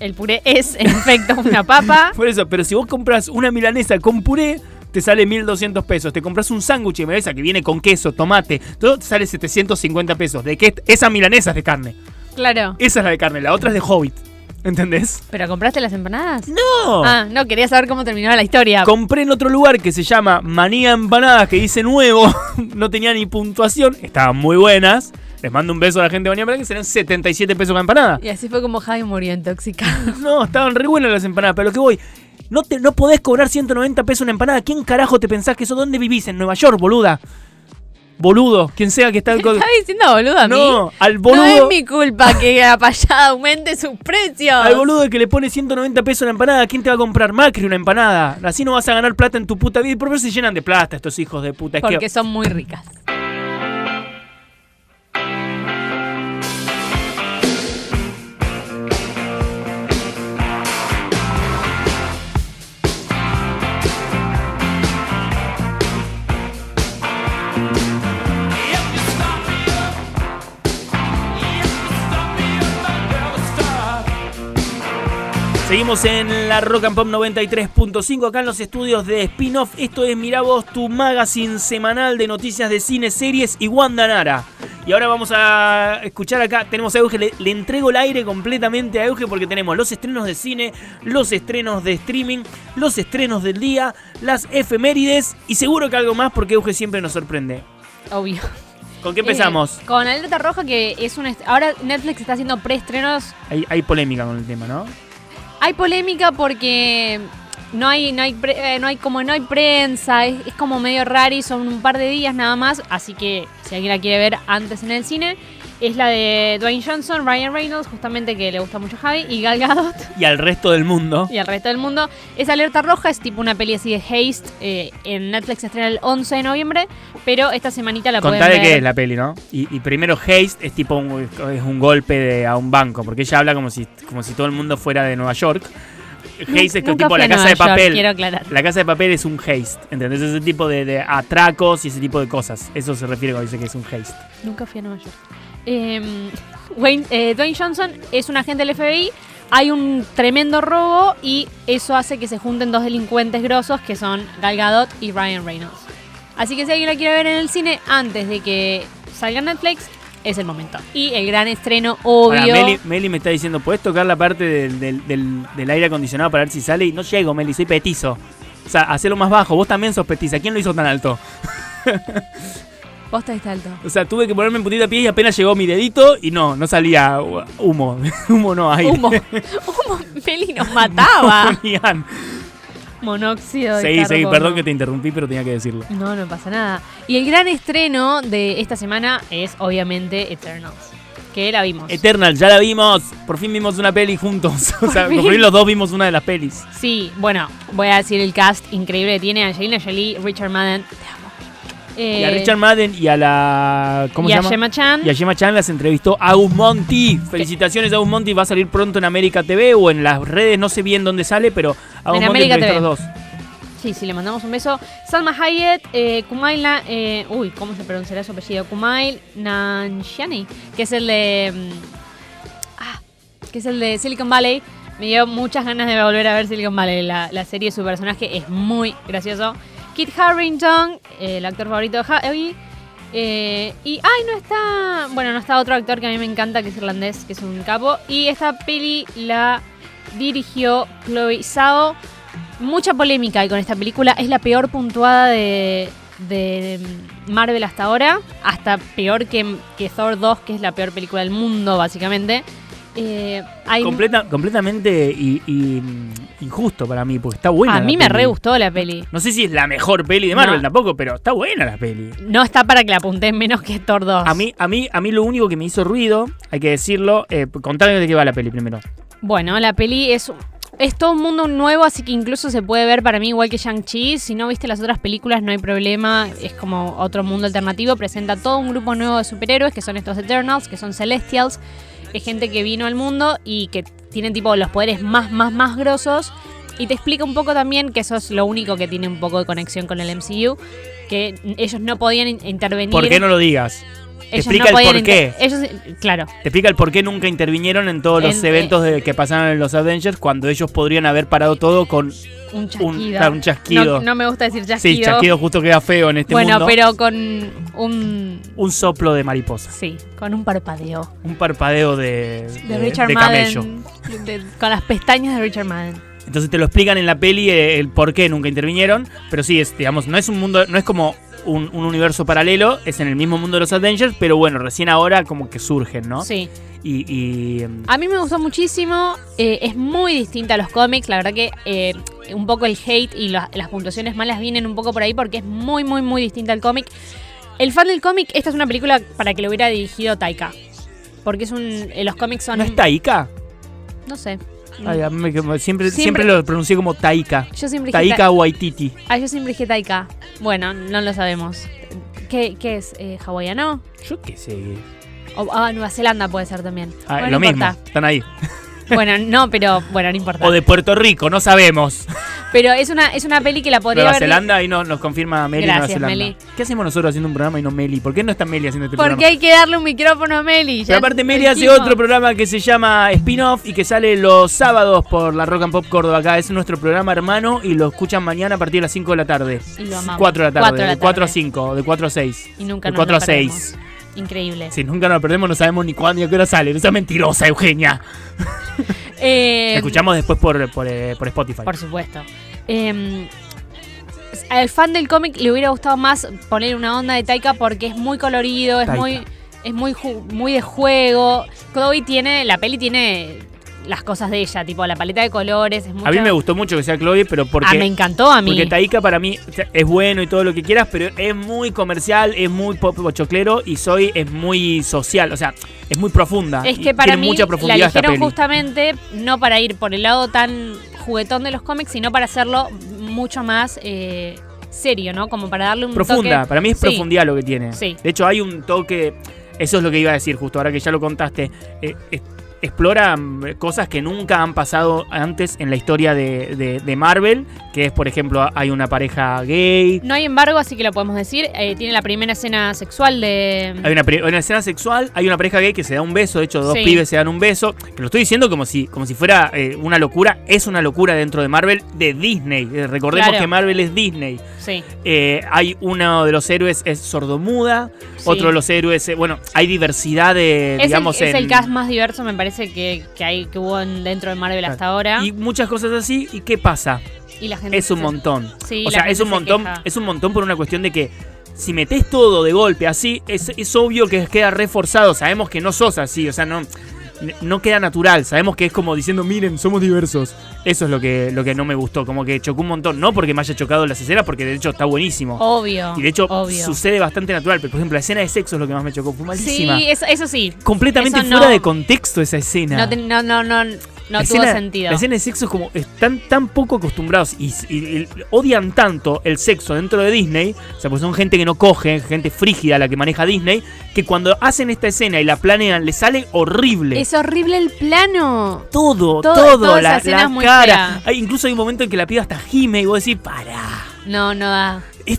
El puré es, en efecto, una papa.
Por eso, pero si vos compras una milanesa con puré, te sale 1.200 pesos. Te compras un sándwich de milanesa que viene con queso, tomate, todo te sale 750 pesos. ¿De qué? Esa milanesa es de carne.
Claro.
Esa es la de carne, la otra es de hobbit. ¿Entendés?
¿Pero compraste las empanadas?
¡No!
Ah, no, quería saber cómo terminaba la historia.
Compré en otro lugar que se llama Manía Empanadas, que dice nuevo. no tenía ni puntuación. Estaban muy buenas. Les mando un beso a la gente de Manía Empanadas, que serán 77 pesos cada empanada.
Y así fue como Javi murió intoxicado.
No, estaban re buenas las empanadas, pero lo que voy. No, te, no podés cobrar 190 pesos una empanada. ¿Quién carajo te pensás que eso? ¿Dónde vivís? ¿En Nueva York, boluda? Boludo, quien sea que está... al co-
Estaba diciendo boludo a mí.
No, al
No es
boludo...
mi culpa que la payada aumente sus precios.
Al boludo que le pone 190 pesos una empanada, ¿quién te va a comprar? Macri una empanada. Así no vas a ganar plata en tu puta vida. Y por eso se llenan de plata estos hijos de puta. Es que-
Porque son muy ricas.
Seguimos en la Rock and Pop 93.5 acá en los estudios de Spin-Off. Esto es Mirá Vos, tu magazine semanal de noticias de cine, series y Wanda Nara. Y ahora vamos a escuchar acá, tenemos a Euge, le, le entrego el aire completamente a Euge porque tenemos los estrenos de cine, los estrenos de streaming, los estrenos del día, las efemérides y seguro que algo más porque Euge siempre nos sorprende.
Obvio.
¿Con qué empezamos?
Eh, con Alerta Roja, que es un. est- Ahora Netflix está haciendo preestrenos.
Hay, hay polémica con el tema, ¿no?
Hay polémica porque. No hay, no hay, pre- eh, no hay como no hay prensa, es, es como medio raro y son un par de días nada más, así que si alguien la quiere ver antes en el cine, es la de Dwayne Johnson, Ryan Reynolds, justamente que le gusta mucho a Javi, y Gal Gadot,
Y al resto del mundo.
y al resto del mundo. Es Alerta Roja, es tipo una peli así de Haste. eh, en Netflix se estrena el 11 de noviembre, pero esta semanita la
Contá de
pueden ver.
qué es la peli, ¿no? Y, y primero Haste es tipo un, es un golpe de- a un banco, porque ella habla como si, como si todo el mundo fuera de Nueva York.
Nun-
Haste es que
nunca
tipo
fui
la
a
casa
Nueva
de
York,
papel.
quiero aclarar.
La casa de papel es un haste, ¿entendés? Ese tipo de, de atracos y ese tipo de cosas. Eso se refiere cuando dice que es un haste.
Nunca fui a Nueva York. Eh, Wayne- eh, Dwayne Johnson es un agente del FBI. Hay un tremendo robo y eso hace que se junten dos delincuentes grosos que son Gal Gadot y Ryan Reynolds. Así que si alguien la quiere ver en el cine antes de que salga en Netflix, es el momento. Y el gran estreno, obvio.
Ahora, Meli, Meli me está diciendo, ¿puedes tocar la parte del, del- del- del aire acondicionado para ver si sale? Y no llego, Meli, soy petizo. O sea, hacelo más bajo. Vos también sos petiza. ¿Quién lo hizo tan alto?
Posta está alto.
O sea, tuve que ponerme en puntita de pie y apenas llegó mi dedito y no, no salía hu- humo. humo no, aire.
Humo. Humo, Meli nos mataba.
Monían.
Monóxido de
Seguí, seguí,
carbono.
perdón que te interrumpí, pero tenía que decirlo.
No, no pasa nada. Y el gran estreno de esta semana es obviamente Eternals, que la vimos.
Eternal, ya la vimos. Por fin vimos una peli juntos. O sea,
Por fin.
por fin los dos vimos una de las pelis.
sí, bueno, voy a decir el cast increíble que tiene Angelina Jolie, Richard Madden, te amo.
Y a
Eh,
Richard Madden y a la. ¿Cómo
y
se
a
llama?
Gemma Chan.
Y a Gemma Chan las entrevistó Agus Monti. Felicitaciones, Agus Monti. Va a salir pronto en América TV o en las redes, no sé bien dónde sale, pero Agus
En
Monti
América
entrevistó a
TV.
los dos.
Sí, sí, le mandamos un beso. Salma Hayek, eh, Kumaila, eh, uy, ¿cómo se pronunciará su apellido? Kumail Nanjiani, que es el de. mm, ah, que es el de Silicon Valley. Me dio muchas ganas de volver a ver Silicon Valley. La, la serie, su personaje es muy gracioso. Kit Harrington, eh, el actor favorito de Javi. eh, y, ay, no está. Bueno, no está otro actor que a mí me encanta, que es irlandés, que es un capo. Y esta peli la dirigió Chloe Zhao mucha polémica hay con esta película. Es la peor puntuada de, de Marvel hasta ahora. Hasta peor que, que Thor 2, que es la peor película del mundo, básicamente. Eh, hay-
Completa- completamente y, y, mm, injusto para mí, porque está buena.
a
la
mí me
peli.
re gustó la peli.
No sé si es la mejor peli de Marvel
No.
tampoco, pero está buena la peli.
No está para que la apuntes menos que Thor 2.
A mí, a mí, a mí lo único que me hizo ruido, hay que decirlo, eh, contame de qué va la peli primero.
Bueno, la peli es, es todo un mundo nuevo, así que incluso se puede ver para mí igual que Shang-Chi. Si no viste las otras películas, no hay problema. Es como otro mundo alternativo. Presenta todo un grupo nuevo de superhéroes, que son estos Eternals, que son Celestials. Es gente que vino al mundo y que tienen tipo los poderes más, más, más grosos. Y te explica un poco también que eso es lo único que tiene un poco de conexión con el MCU. Que ellos no podían in- intervenir.
¿Por qué no lo digas?
ellos
explica
no
el
podían
por qué.
inter- Ellos, claro,
Te explica el por qué nunca intervinieron en todos los
En- eh,
eventos de- que pasaron en los Avengers cuando ellos podrían haber parado todo con
un chasquido.
un, claro, un chasquido.
No, no me gusta decir chasquido.
Sí, chasquido justo queda feo en este
bueno,
mundo.
pero con un.
Un soplo de mariposa.
Sí, con un parpadeo.
Un parpadeo de,
De Richard
camello.
Madden. de- con las pestañas de Richard Madden.
Entonces te lo explican en la peli eh, el por qué nunca intervinieron. Pero sí, es, digamos, no es un mundo, no es como un, un universo paralelo, es en el mismo mundo de los Avengers, pero bueno, recién ahora como que surgen, ¿no?
Sí.
Y, y, em,
A mí me gustó muchísimo. eh, es muy distinta a los cómics. La verdad que eh, un poco el hate y la- las puntuaciones malas vienen un poco por ahí porque es muy, muy, muy distinta al cómic. El fan del cómic, esta es una película para que lo hubiera dirigido Taika. Porque es un. eh, los cómics son.
¿no es Taika?
No sé.
Ay, a mí me- como- siempre, siempre,
Mm. Siempre-
lo pronuncié como Taika.
Yo siempre dije.
Taika Waititi.
Ah, yo siempre dije Taika. Bueno, no lo sabemos. ¿Qué, qué es? Eh, ¿Hawaiano?
Yo qué sé.
O ah, Nueva Zelanda puede ser también.
Ah,
Bueno,
lo
no
mismo,
importa.
están ahí.
Bueno, no, pero bueno, no importa.
O de Puerto Rico, no sabemos.
Pero es una, es una peli que la podría
Nueva
haber.
Zelanda, ahí no, nos confirma Meli
Gracias,
Nueva Zelanda.
Meli.
¿Qué hacemos nosotros haciendo un programa y no Meli? ¿Por qué no está Meli haciendo este
Porque
programa?
hay que darle un micrófono a Meli. ya
Pero aparte
lo
Meli hace
dijimos.
otro programa que se llama Spin-Off y que sale los sábados por la Rock and Pop Córdoba acá. Es nuestro programa hermano y lo escuchan mañana a partir de las 5 de la tarde.
Y lo amamos.
4 de la tarde,
Cuatro de la
de 4 a
tarde.
5, de 4 a 6.
Y nunca
de
nos
4 a
lo
6.
perdemos. Increíble.
Si nunca nos perdemos, no sabemos ni cuándo ni a qué hora sale. No seas mentirosa, Eugenia.
Eh,
La escuchamos después por, por, eh, por Spotify.
Por supuesto. Eh, al fan del cómic le hubiera gustado más poner una onda de Taika porque es muy colorido, es
Taika.
muy es muy ju- muy de juego. Chloe tiene la peli tiene las cosas de ella, tipo la paleta de colores, es mucho-
a mí me gustó mucho que sea Chloe, pero porque...
Ah, me encantó a mí.
Porque Taika para mí o sea, es bueno y todo lo que quieras, pero es muy comercial, es muy pop pochoclero y soy es muy social, o sea, es muy profunda.
es
y
que para
tiene
mí
mucha
la
profundidad esta
eligieron
peli.
justamente no para ir por el lado tan juguetón de los cómics, sino para hacerlo mucho más eh, serio, ¿no? Como para darle un
Profunda,
toque-
para mí es
Sí.
profundidad lo que tiene.
Sí.
De hecho, hay un toque, eso es lo que iba a decir justo ahora que ya lo contaste. eh, es- explora mm, cosas que nunca han pasado antes en la historia de, de- de Marvel, que es, por ejemplo, hay una pareja gay,
No hay embargo, así que lo podemos decir. Eh, tiene la primera escena sexual
Hay
de.
una, pre- una escena sexual, hay una pareja gay que se da un beso, de hecho dos
Sí.
pibes se dan un beso, que lo estoy diciendo como si, como si fuera eh, una locura, es una locura dentro de Marvel de Disney, Eh, recordemos
Claro.
que Marvel es Disney,
Sí.
Eh, hay uno de los héroes es sordomuda,
sí.
otro de los héroes, eh, bueno, hay diversidad de,
Es,
digamos,
el, es
en-
el cast más diverso, me parece, que, que hay que hubo en- dentro de Marvel hasta ahora.
y
Y,
muchas cosas así, ¿y qué pasa?
la gente.
Es un
se-
montón.
Sí,
O
la
sea, es
gente
un
se
montón,
queja.
es un montón por una cuestión de que si metes todo de golpe así, es, es obvio que queda reforzado. Sabemos que no sos así, o sea, no, no queda natural. Sabemos que es como diciendo, miren, somos diversos. Eso es lo que, lo que no me gustó, como que chocó un montón. No porque me haya chocado las escenas, porque de hecho está buenísimo.
Obvio.
y de hecho
obvio.
sucede bastante natural, pero por ejemplo la escena de sexo es lo que más me chocó, fue malísima.
Sí, eso, eso sí.
Completamente
eso
fuera
no-
de contexto esa escena.
No, ten- no, no, no, no
La
tuvo
escena-
sentido.
La escena de sexo es como están tan poco acostumbrados y, y- y odian tanto el sexo dentro de Disney, o sea, pues son gente que no coge, gente frígida la que maneja Disney, que cuando hacen esta escena y la planean le sale horrible.
Es horrible el plano.
todo, todo,
todo- toda esa
la,
escena
la
es muy
cara.
fea.
Hay- incluso hay un momento en que la piba hasta gime y vos decís, pará,
No, no da.
es-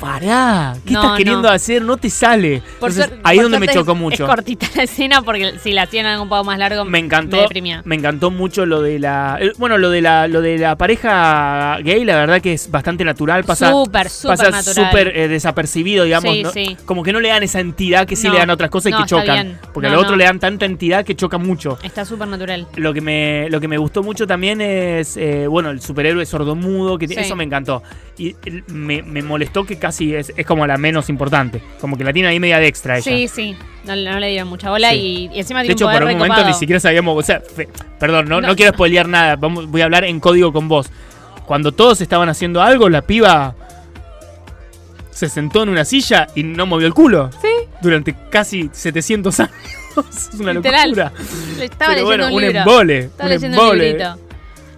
pará, ¿qué
No,
estás queriendo
no.
hacer? No te sale.
Por
Entonces,
suer-
ahí es
por
donde me
suerte
chocó
es-
mucho.
Es cortita la escena porque si la hacían algo un poco más largo
me encantó
Me deprimía.
me encantó mucho lo de la eh, bueno lo de la lo de la pareja gay la verdad que es bastante natural pasa
Súper, súper
pasa
natural.
súper eh, desapercibido digamos
Sí,
¿no?
sí.
como que no le dan esa entidad que sí
No,
le dan a otras cosas y
no,
que
está
chocan
bien.
porque
No,
al otro
no.
le dan tanta entidad que choca mucho
Está súper natural.
lo que me lo que me gustó mucho también es eh, bueno el superhéroe sordomudo que tiene-
Sí.
eso me encantó y el- me, me molestó que casi es, es como la menos importante como que la tiene ahí media de extra ella
Sí, sí. No, no le dieron mucha bola
Sí.
y, y encima
De
tiene
hecho,
un
por
poder
un momento
recopado.
ni siquiera sabíamos. O sea, fe- perdón, no, no,
No.
quiero spoilear nada. Vamos, voy a hablar en código con vos. Cuando todos estaban haciendo algo, la piba se sentó en una silla y no movió el culo. Sí. Durante casi 700 años. es una
Literal.
locura.
Le Estaba
Pero
leyendo
bueno,
un,
un,
libro.
embole.
Estaba
un
leyendo
embole.
un librito.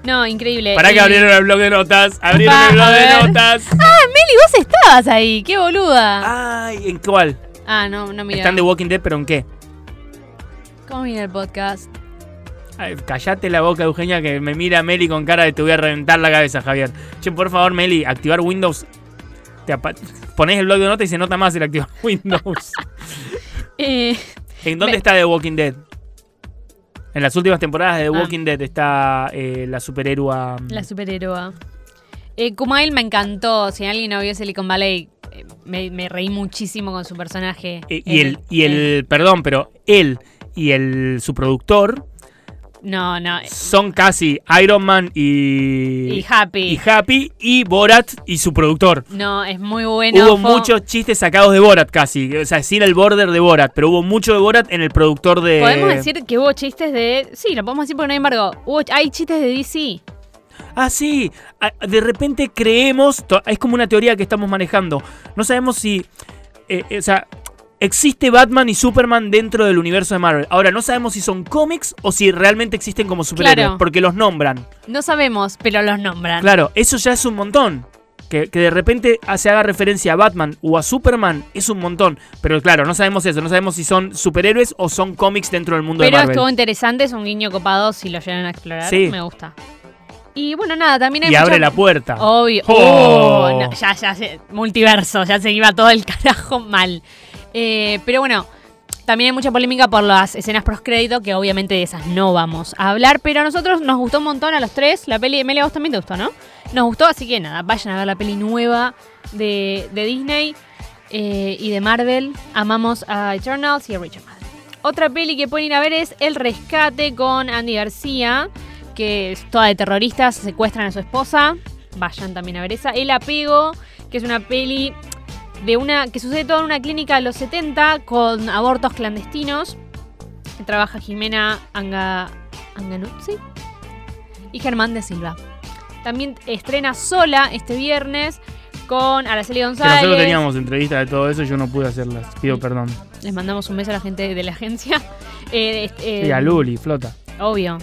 No, increíble.
Pará
Y-
que abrieron el blog de notas. Abrieron
Pa,
el blog
Eh, a
de
ver.
notas.
Ah, Meli, vos estabas ahí. Qué boluda. Ah,
Ay, ¿en cuál?
no, no mira.
Están de Walking Dead, pero ¿en qué?
¿Cómo mira el podcast?
Ay, Callate la boca, Eugenia, que me mira Meli con cara de te voy a reventar la cabeza, Javier. Che, por favor, Meli, activar Windows. Te apa- ponés el blog de notas y se nota más el activar Windows.
Eh,
¿En dónde
Me-
está The Walking Dead? En las últimas temporadas de The
Ah.
Walking Dead está eh, la superhéroa. mm,
la superhéroa. Eh, Kumail me encantó. Si alguien no vio Silicon Valley, eh, me, me reí muchísimo con su personaje.
eh, y
Él,
el, y el,
él.
perdón, pero él y el su productor
No, no. eh,
son casi Iron Man y,
Y Happy.
y Happy y Borat y su productor.
No, es muy bueno.
hubo
fue-
muchos chistes sacados de Borat casi, o sea, sí era el border de Borat, pero hubo mucho de Borat en el productor de
Podemos decir que hubo chistes de. Sí, lo podemos decir porque no hay embargo. Hubo... Hay chistes de DC.
Ah, sí. Ah, De repente creemos, to- es como una teoría que estamos manejando. No sabemos si, eh, eh, o sea, existe Batman y Superman dentro del universo de Marvel. Ahora no sabemos si son cómics o si realmente existen como superhéroes,
Claro.
porque los nombran.
No sabemos, pero los nombran.
Claro, eso ya es un montón. Que, que de repente ah, se haga referencia a Batman o a Superman es un montón. Pero claro, no sabemos eso. No sabemos si son superhéroes o son cómics dentro del mundo
Pero
de
estuvo
Marvel.
interesante, es un guiño copado si lo llegan a explorar.
Sí.
Me gusta. Y bueno, nada, también hay
Y abre
mucha-
la puerta.
Obvio.
Oh.
Oh, no, ya, ya, se- multiverso, ya se iba todo el carajo mal. Eh, pero bueno, también hay mucha polémica por las escenas proscrédito, que obviamente de esas no vamos a hablar, pero a nosotros nos gustó un montón a los tres. La peli de Mele, a vos también te gustó, ¿no? Nos gustó, así que nada, vayan a ver la peli nueva de, de Disney eh, y de Marvel. Amamos a Eternals y a Richard Madden. Otra peli que pueden ir a ver es El Rescate con Andy García, que es toda de terroristas, secuestran a su esposa. Vayan también a ver esa. El Apego, que es una peli de una que sucede todo en una clínica de los 70 con abortos clandestinos. Trabaja Jimena Anga, Anganuzzi y Germán de Silva. También estrena sola este viernes con Araceli
Que nosotros
González.
teníamos entrevistas de todo eso, yo no pude hacerlas. Pido perdón.
Les mandamos un beso a la gente de la agencia. Eh, este,
Y a Luli, flota.
Obvio.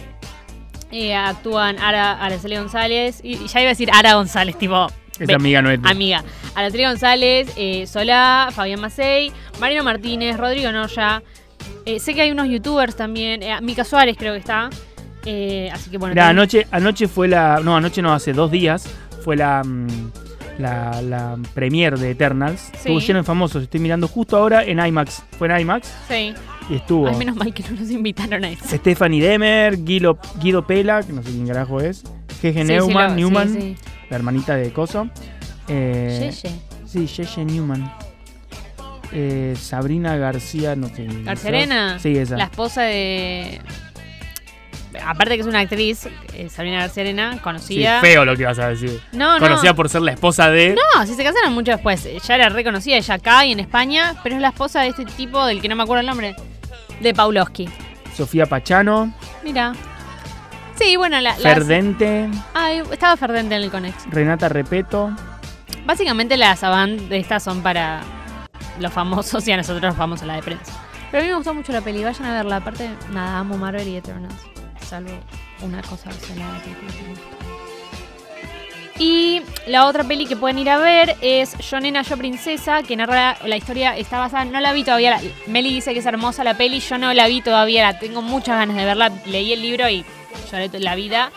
Eh, actúan Ara, Araceli González. Y, y ya iba a decir Ara González, tipo.
Es
ve-
amiga nuestra.
Amiga. Araceli González, eh, Solá, Fabián Macei, Marino Martínez, Rodrigo Noya. Eh, sé que hay unos youtubers también. eh, Mica Suárez creo que está. Eh, así que bueno.
Mirá,
también-
anoche, anoche fue la. No, anoche no, hace dos días fue la. mm, La, la premier de Eternals. Estuvo lleno de famosos. Estoy mirando justo ahora en IMAX. Fue en IMAX
Sí.
y estuvo.
Ay, menos mal que no nos invitaron a eso.
Stephanie Demer, Guido, Guido Pela, que no sé quién carajo es. Jeje
Sí, sí,
Neumann,
lo- sí,
Newman,
sí.
la hermanita de Coso. Eh,
Yeye.
Sí, Jeje Newman. Eh, Sabrina García, no sé.
Garcerena.
Sí, esa.
La esposa de. Aparte que es una actriz, eh, Sabrina García
Sí,
conocida.
feo lo que vas a decir.
no,
Conocida
no.
por ser la esposa de.
No, sí se casaron mucho después. Ya era reconocida ella acá y en España, pero es la esposa de este tipo del que no me acuerdo el nombre. De Paulowski.
Sofía Pachano,
Mira. Sí, bueno, la. las-
Ferdente,
Ay, estaba Ferdente en el Conex.
Renata Repeto.
Básicamente las avant de estas son para los famosos y a nosotros vamos a la de prensa. Pero a mí me gustó mucho la peli, vayan a verla. Aparte, nada, amo Marvel y Eternals. Salvo una cosa sola que me gusta. Y la otra peli que pueden ir a ver es Yo Nena, Yo Princesa, que narra la historia, está basada, no la vi todavía, la- Meli dice que es hermosa la peli, yo no la vi todavía, la tengo muchas ganas de verla, leí el libro y lloré to- la vida.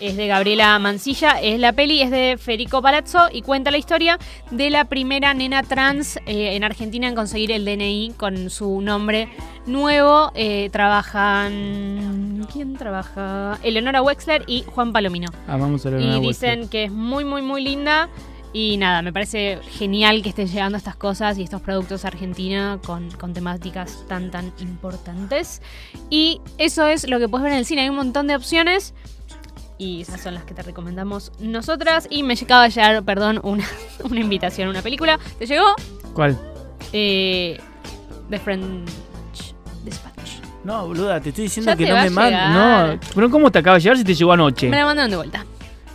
Es de Gabriela Mancilla, es la peli, es de Federico Palazzo y cuenta la historia de la primera nena trans eh, en Argentina en conseguir el DNI con su nombre nuevo. Eh, trabajan... ¿Quién trabaja? Eleonora Wexler y Juan Palomino.
Amamos Ah, a Leonardo
Y
Wexler.
dicen que es muy, muy, muy linda. Y nada, me parece genial que estén llegando estas cosas y estos productos a Argentina con, con temáticas tan, tan importantes. Y eso es lo que puedes ver en el cine. Hay un montón de opciones. Y esas son las que te recomendamos nosotras. Y me acaba de llegar, perdón, una, una invitación a una película. ¿Te llegó?
¿Cuál?
Eh, The French Dispatch.
No, boluda, te estoy diciendo
Ya
que
te
no
va a
me manda. No,
llegar.
pero ¿cómo te acaba de llegar si te llegó anoche?
Me la mandaron de vuelta.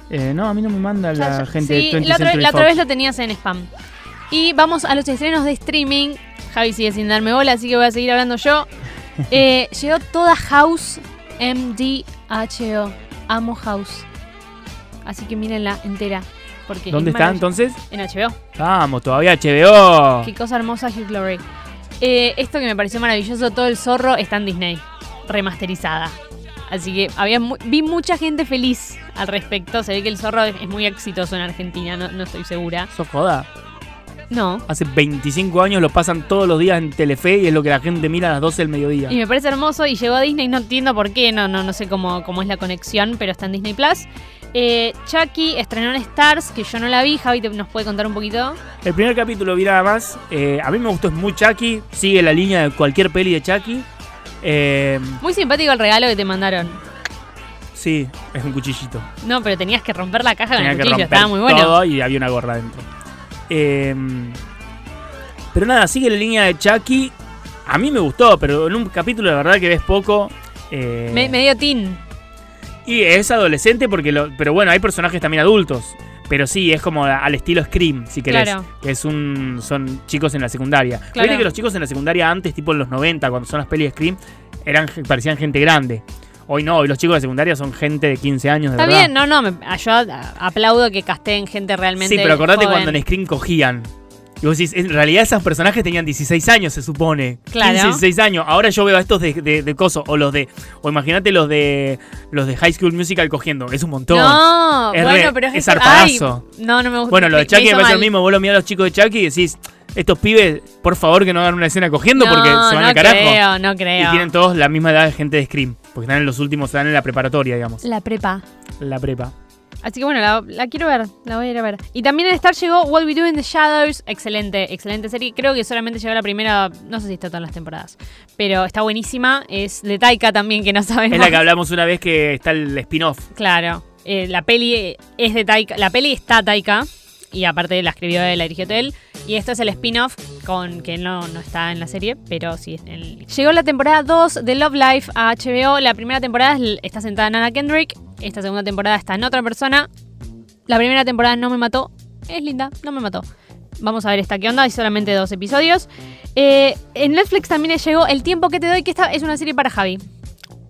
Eh, no, a mí no me manda
Ya,
la
ya.
gente
Sí,
de 20
la otra,
Century
la otra
Fox.
vez lo tenías en spam. Y vamos a los estrenos de streaming. Javi sigue sin darme bola, así que voy a seguir hablando yo. Eh, llegó toda House MDHO. Amo House. Así que mírenla entera. Porque es
¿Dónde está
maravillosa.
entonces?
En HBO.
Vamos, todavía HBO.
Qué cosa hermosa Hugh Glory. Eh, esto que me pareció maravilloso, todo el zorro está en Disney, remasterizada. Así que había mu- vi mucha gente feliz al respecto. Se ve que el zorro es es muy exitoso en Argentina, no, no estoy segura.
Eso joda.
No.
Hace 25 años lo pasan todos los días en Telefe y es lo que la gente mira a las 12 del mediodía.
Y me parece hermoso y llegó a Disney, no entiendo por qué, no, no, no sé cómo, cómo es la conexión, pero está en Disney Plus. Eh, Chucky estrenó en Stars, que yo no la vi, Javi te- nos puede contar un poquito.
El primer capítulo vi nada más. eh, a mí me gustó, es muy Chucky. Sigue la línea de cualquier peli de Chucky. Eh,
Muy simpático el regalo que te mandaron.
sí, es un cuchillito.
No, pero tenías que romper la caja
Tenía que
con Ah, el cuchillo,
romper
estaba muy bueno.
todo y había una gorra dentro. Eh, pero nada, sigue la línea de Chucky. A mí me gustó, pero en un capítulo la verdad que ves poco. eh,
Me- medio teen.
Y es adolescente porque lo, pero bueno, hay personajes también adultos. Pero sí, es como al estilo Scream, si querés.
Claro.
Que es un. son chicos en la secundaria.
Claro.
Viste que los chicos en la secundaria antes, tipo en los 90, cuando son las pelis de Scream, eran, ge- parecían gente grande. Hoy no, hoy los chicos de secundaria son gente de 15 años, de
Está
verdad.
bien, no, no, me- ah, yo a- aplaudo que casteen gente realmente.
sí, pero acordate
joven.
cuando en Scream cogían. Y vos decís, en realidad esos personajes tenían 16 años, se supone.
Claro.
15, 16 años. Ahora yo veo a estos de, de, de coso. O los de. O imagínate los de. Los de High School Musical cogiendo. Es un montón.
No,
Es
bueno,
re-
pero es,
es
que- ay,
zarpadazo.
No, no me gusta.
Bueno, lo de
me- me
Chucky me
hizo
pasa lo
mal.
mismo. Vos lo mirás a los chicos de Chucky y decís, estos pibes, por favor que no hagan una escena cogiendo porque se
No,
van
no
al carajo.
creo, no
Y
creo.
tienen todos la misma edad de gente de Scream. Porque están en los últimos, están en la preparatoria, digamos.
La prepa.
La prepa.
Así que bueno, la, la quiero ver, la voy a ir a ver. Y también en Star llegó What We Do in the Shadows, excelente, excelente serie. Creo que solamente llegó la primera, no sé si está todas las temporadas, pero está buenísima. Es de Taika también, que no sabemos.
Es la que hablamos una vez que está el spin-off.
Claro, eh, la peli eh, es de Taika, la peli está Taika y aparte la escribió él, la dirigió él. Y esto es el spin-off con que no, no está en la serie, pero sí. es el- Llegó la temporada 2 de Love Life a HBO. La primera temporada es- está sentada en Anna Kendrick. Esta segunda temporada está en otra persona. La primera temporada no me mató. Es linda, no me mató. Vamos a ver esta qué onda. Hay solamente dos episodios. Eh, en Netflix también llegó El tiempo que te doy, que esta es una serie para Javi.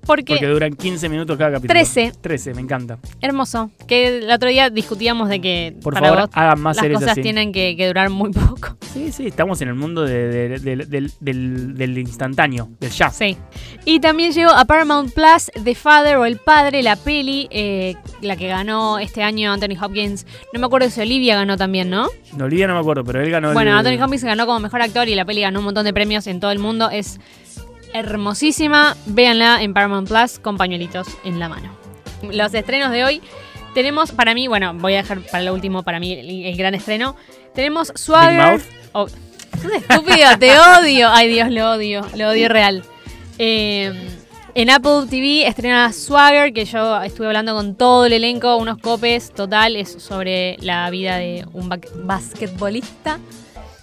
Porque
Porque duran 15 minutos cada capítulo.
13.
13, me encanta.
Hermoso. Que el otro día discutíamos de que
Por
para
favor,
vos
hagan más
las
series
cosas
así.
tienen que, que durar muy poco.
Sí, sí, estamos en el mundo de- de- de- del- del, del instantáneo, del ya.
Sí. Y también llegó a Paramount Plus The Father o El Padre, la peli, eh, la que ganó este año Anthony Hopkins. No me acuerdo si Olivia ganó también, ¿no?
No, Olivia no me acuerdo, pero él ganó
Bueno,
el...
Anthony Hopkins ganó como mejor actor y la peli ganó un montón de premios en todo el mundo. Es hermosísima. Véanla en Paramount Plus con pañuelitos en la mano. Los estrenos de hoy tenemos para mí, bueno, voy a dejar para lo último para mí el, el gran estreno. Tenemos Swagger.
Mouth.
Oh, sos estúpido, te odio. Ay, Dios, lo odio. Lo odio real. Eh, en Apple TV estrena Swagger, que yo estuve hablando con todo el elenco, unos copes total, es sobre la vida de un ba- basquetbolista.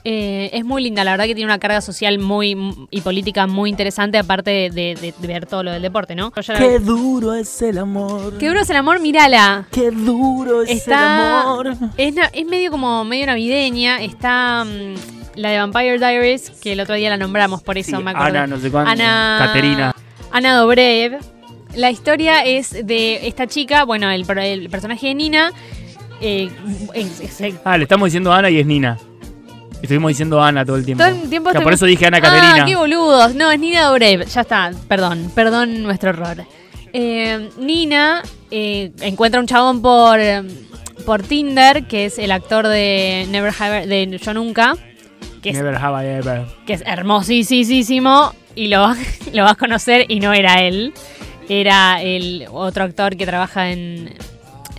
Eh, es muy linda, la verdad que tiene una carga social muy m- y política muy interesante, aparte de, de- de ver todo lo del deporte, ¿no? Yo ya la vi.
Qué duro es el amor.
Qué duro es el amor, mírala.
Qué duro es
Está-
el amor.
Es, na- es medio como medio navideña, está mm, la de Vampire Diaries, que el otro día la nombramos, por eso
Sí,
me acuerdo.
Ana, no sé cuánto.
Ana-
Caterina.
Ana Dobrev. La historia es de esta chica, bueno, el, per- el personaje de Nina. eh, es- es- es-
Ah, le estamos diciendo Ana y es Nina. Estuvimos diciendo Ana todo el tiempo.
todo el tiempo
Que
estoy-
por eso dije Ana
Ah,
Caterina.
qué boludos. No, es Nina Dobrev. Ya está, perdón, perdón nuestro error. Eh, Nina eh, encuentra un chabón por, eh, por Tinder, que es el actor de Never Have I- de Yo Nunca, que es
Never have I ever.
que es hermosísimo y lo, lo vas a conocer y no era él. Era el otro actor que trabaja en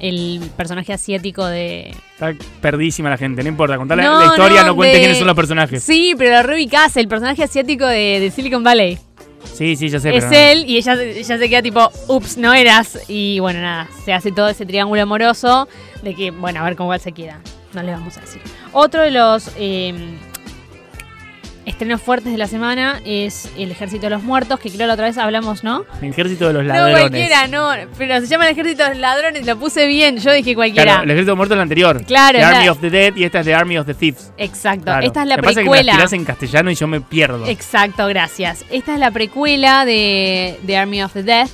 el personaje asiático de...
Está perdísima la gente, no importa. Contale
No,
la historia,
no,
no, cuentes
de-
quiénes son los personajes. Sí,
Sí, pero lo reubicás, el personaje asiático de, de Silicon Valley.
sí, ya sé.
es
pero no.
él y ella, ella se queda tipo, ups, no eras. Y bueno, nada, se hace todo ese triángulo amoroso de que, bueno, a ver con cuál se queda. No le vamos a decir. Otro de los eh, estrenos fuertes de la semana es El Ejército de los Muertos, que creo la otra vez hablamos, ¿no?
El ejército de los
No,
ladrones.
cualquiera, no. Pero se llama el ejército de los ladrones, lo puse bien, yo dije cualquiera.
Claro, el ejército de muertos es la anterior.
Claro,
The
es la-
Army of the Dead y esta es The Army of the Thieves.
Exacto.
Claro.
Esta es la
Me pasa que me
precuela.
las tirás en castellano y yo me pierdo.
Exacto, gracias. Esta es la precuela de, de Army of the Death,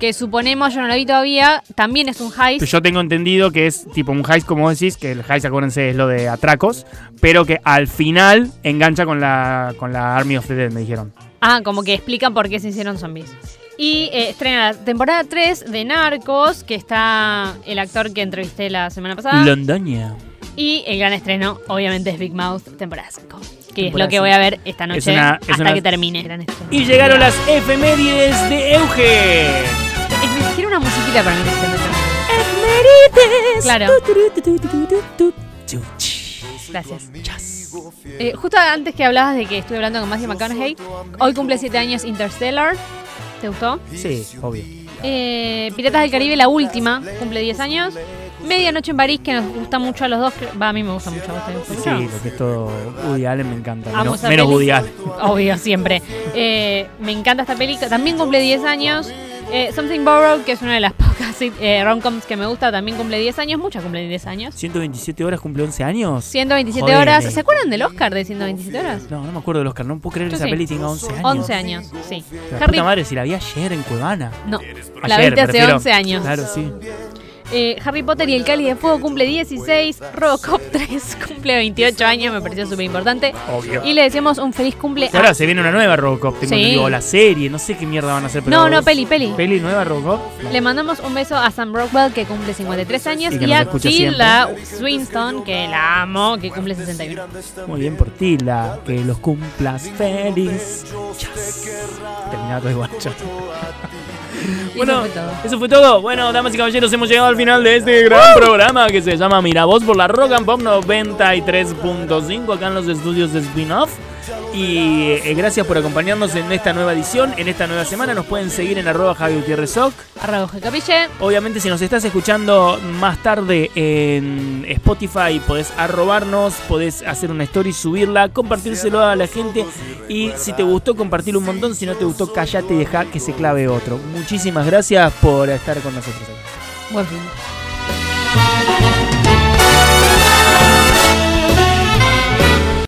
que suponemos, yo no la vi todavía, también es un heist.
Que yo tengo entendido que es tipo un heist, como decís, que el heist, acuérdense, es lo de atracos, pero que al final engancha con la, con la Army of the Dead, me dijeron.
Ah, como que explican por qué se hicieron zombies. Y eh, estrena la temporada 3 de Narcos, que está el actor que entrevisté la semana pasada.
Londoña.
Y el gran estreno, obviamente, es Big Mouth, temporada 5. Que es
Temporada
lo que voy a ver esta noche
una- es
hasta
una-
que termine. Gran estreno.
Y llegaron las efemérides de Euge.
Es ni siquiera una musiquita para mí. que se nota. Claro. Gracias. Eh, justo antes que hablabas de que estuve hablando con Matthew McConaughey, hoy cumple 7 años Interstellar. ¿Te gustó?
Sí, obvio.
Eh, Piratas del Caribe, la última, cumple 10 años. Medianoche en París, que nos gusta mucho a los dos. que- Va, a mí me gusta mucho, a vos te
Sí,
gusta mucho.
lo que es todo Woody Allen me encanta.
Amo
Menos,
esa
menos
peli.
Woody Allen.
Obvio, siempre. Eh, me encanta esta película. También cumple 10 años. Eh, Something Borrowed, que es una de las pocas sí, eh, rom-coms que me gusta, también cumple 10 años. Muchas cumplen 10 años.
127 horas cumple 11 años.
127
Jodeme.
horas. ¿Se acuerdan del Oscar de 127 horas?
No, no me acuerdo del Oscar. No puedo creer que
Yo
esa
sí.
peli tenga 11 años.
11 años, sí.
La
Harry,
puta madre, si la vi ayer en Cuevana.
no, la
Ayer,
viste
me
hace
refiero.
11 años.
Claro, sí.
Eh, Harry Potter y el Cali de Fuego cumple 16. Robocop 3 cumple 28 años, me pareció súper importante.
Obvio.
Y le decíamos un feliz cumple a-
Ahora se viene una nueva Robocop, tengo
Sí.
entendido, o la serie, no sé qué mierda van a hacer. Pero
No, no, peli, peli.
¿Peli nueva Robocop?
Le mandamos un beso a Sam Rockwell, que cumple 53 años,
Y
y,
que nos
a
escucha
Tilda Swinston, que la amo, que cumple 61.
Muy bien por ti, la que los cumplas feliz. Yes. Terminado todo igual, chao.
Y
Bueno,
eso fue todo.
eso fue todo. Bueno, damas y caballeros, hemos llegado al final de este gran programa que se llama Mira Voz por la Rock and Pop 93.5 acá en los estudios de Spin-Off. Y eh, gracias por acompañarnos en esta nueva edición, en esta nueva semana. Nos pueden seguir en arroba Javi Gutiérrez Soc.
Arroba Jorge Capille.
Obviamente, si nos estás escuchando más tarde en Spotify, podés arrobarnos, podés hacer una story, subirla, compartírselo a la gente. Y si te gustó, compartirlo un montón. Si no te gustó, callate y deja que se clave otro. Muchísimas gracias por estar con nosotros.
Buen fin.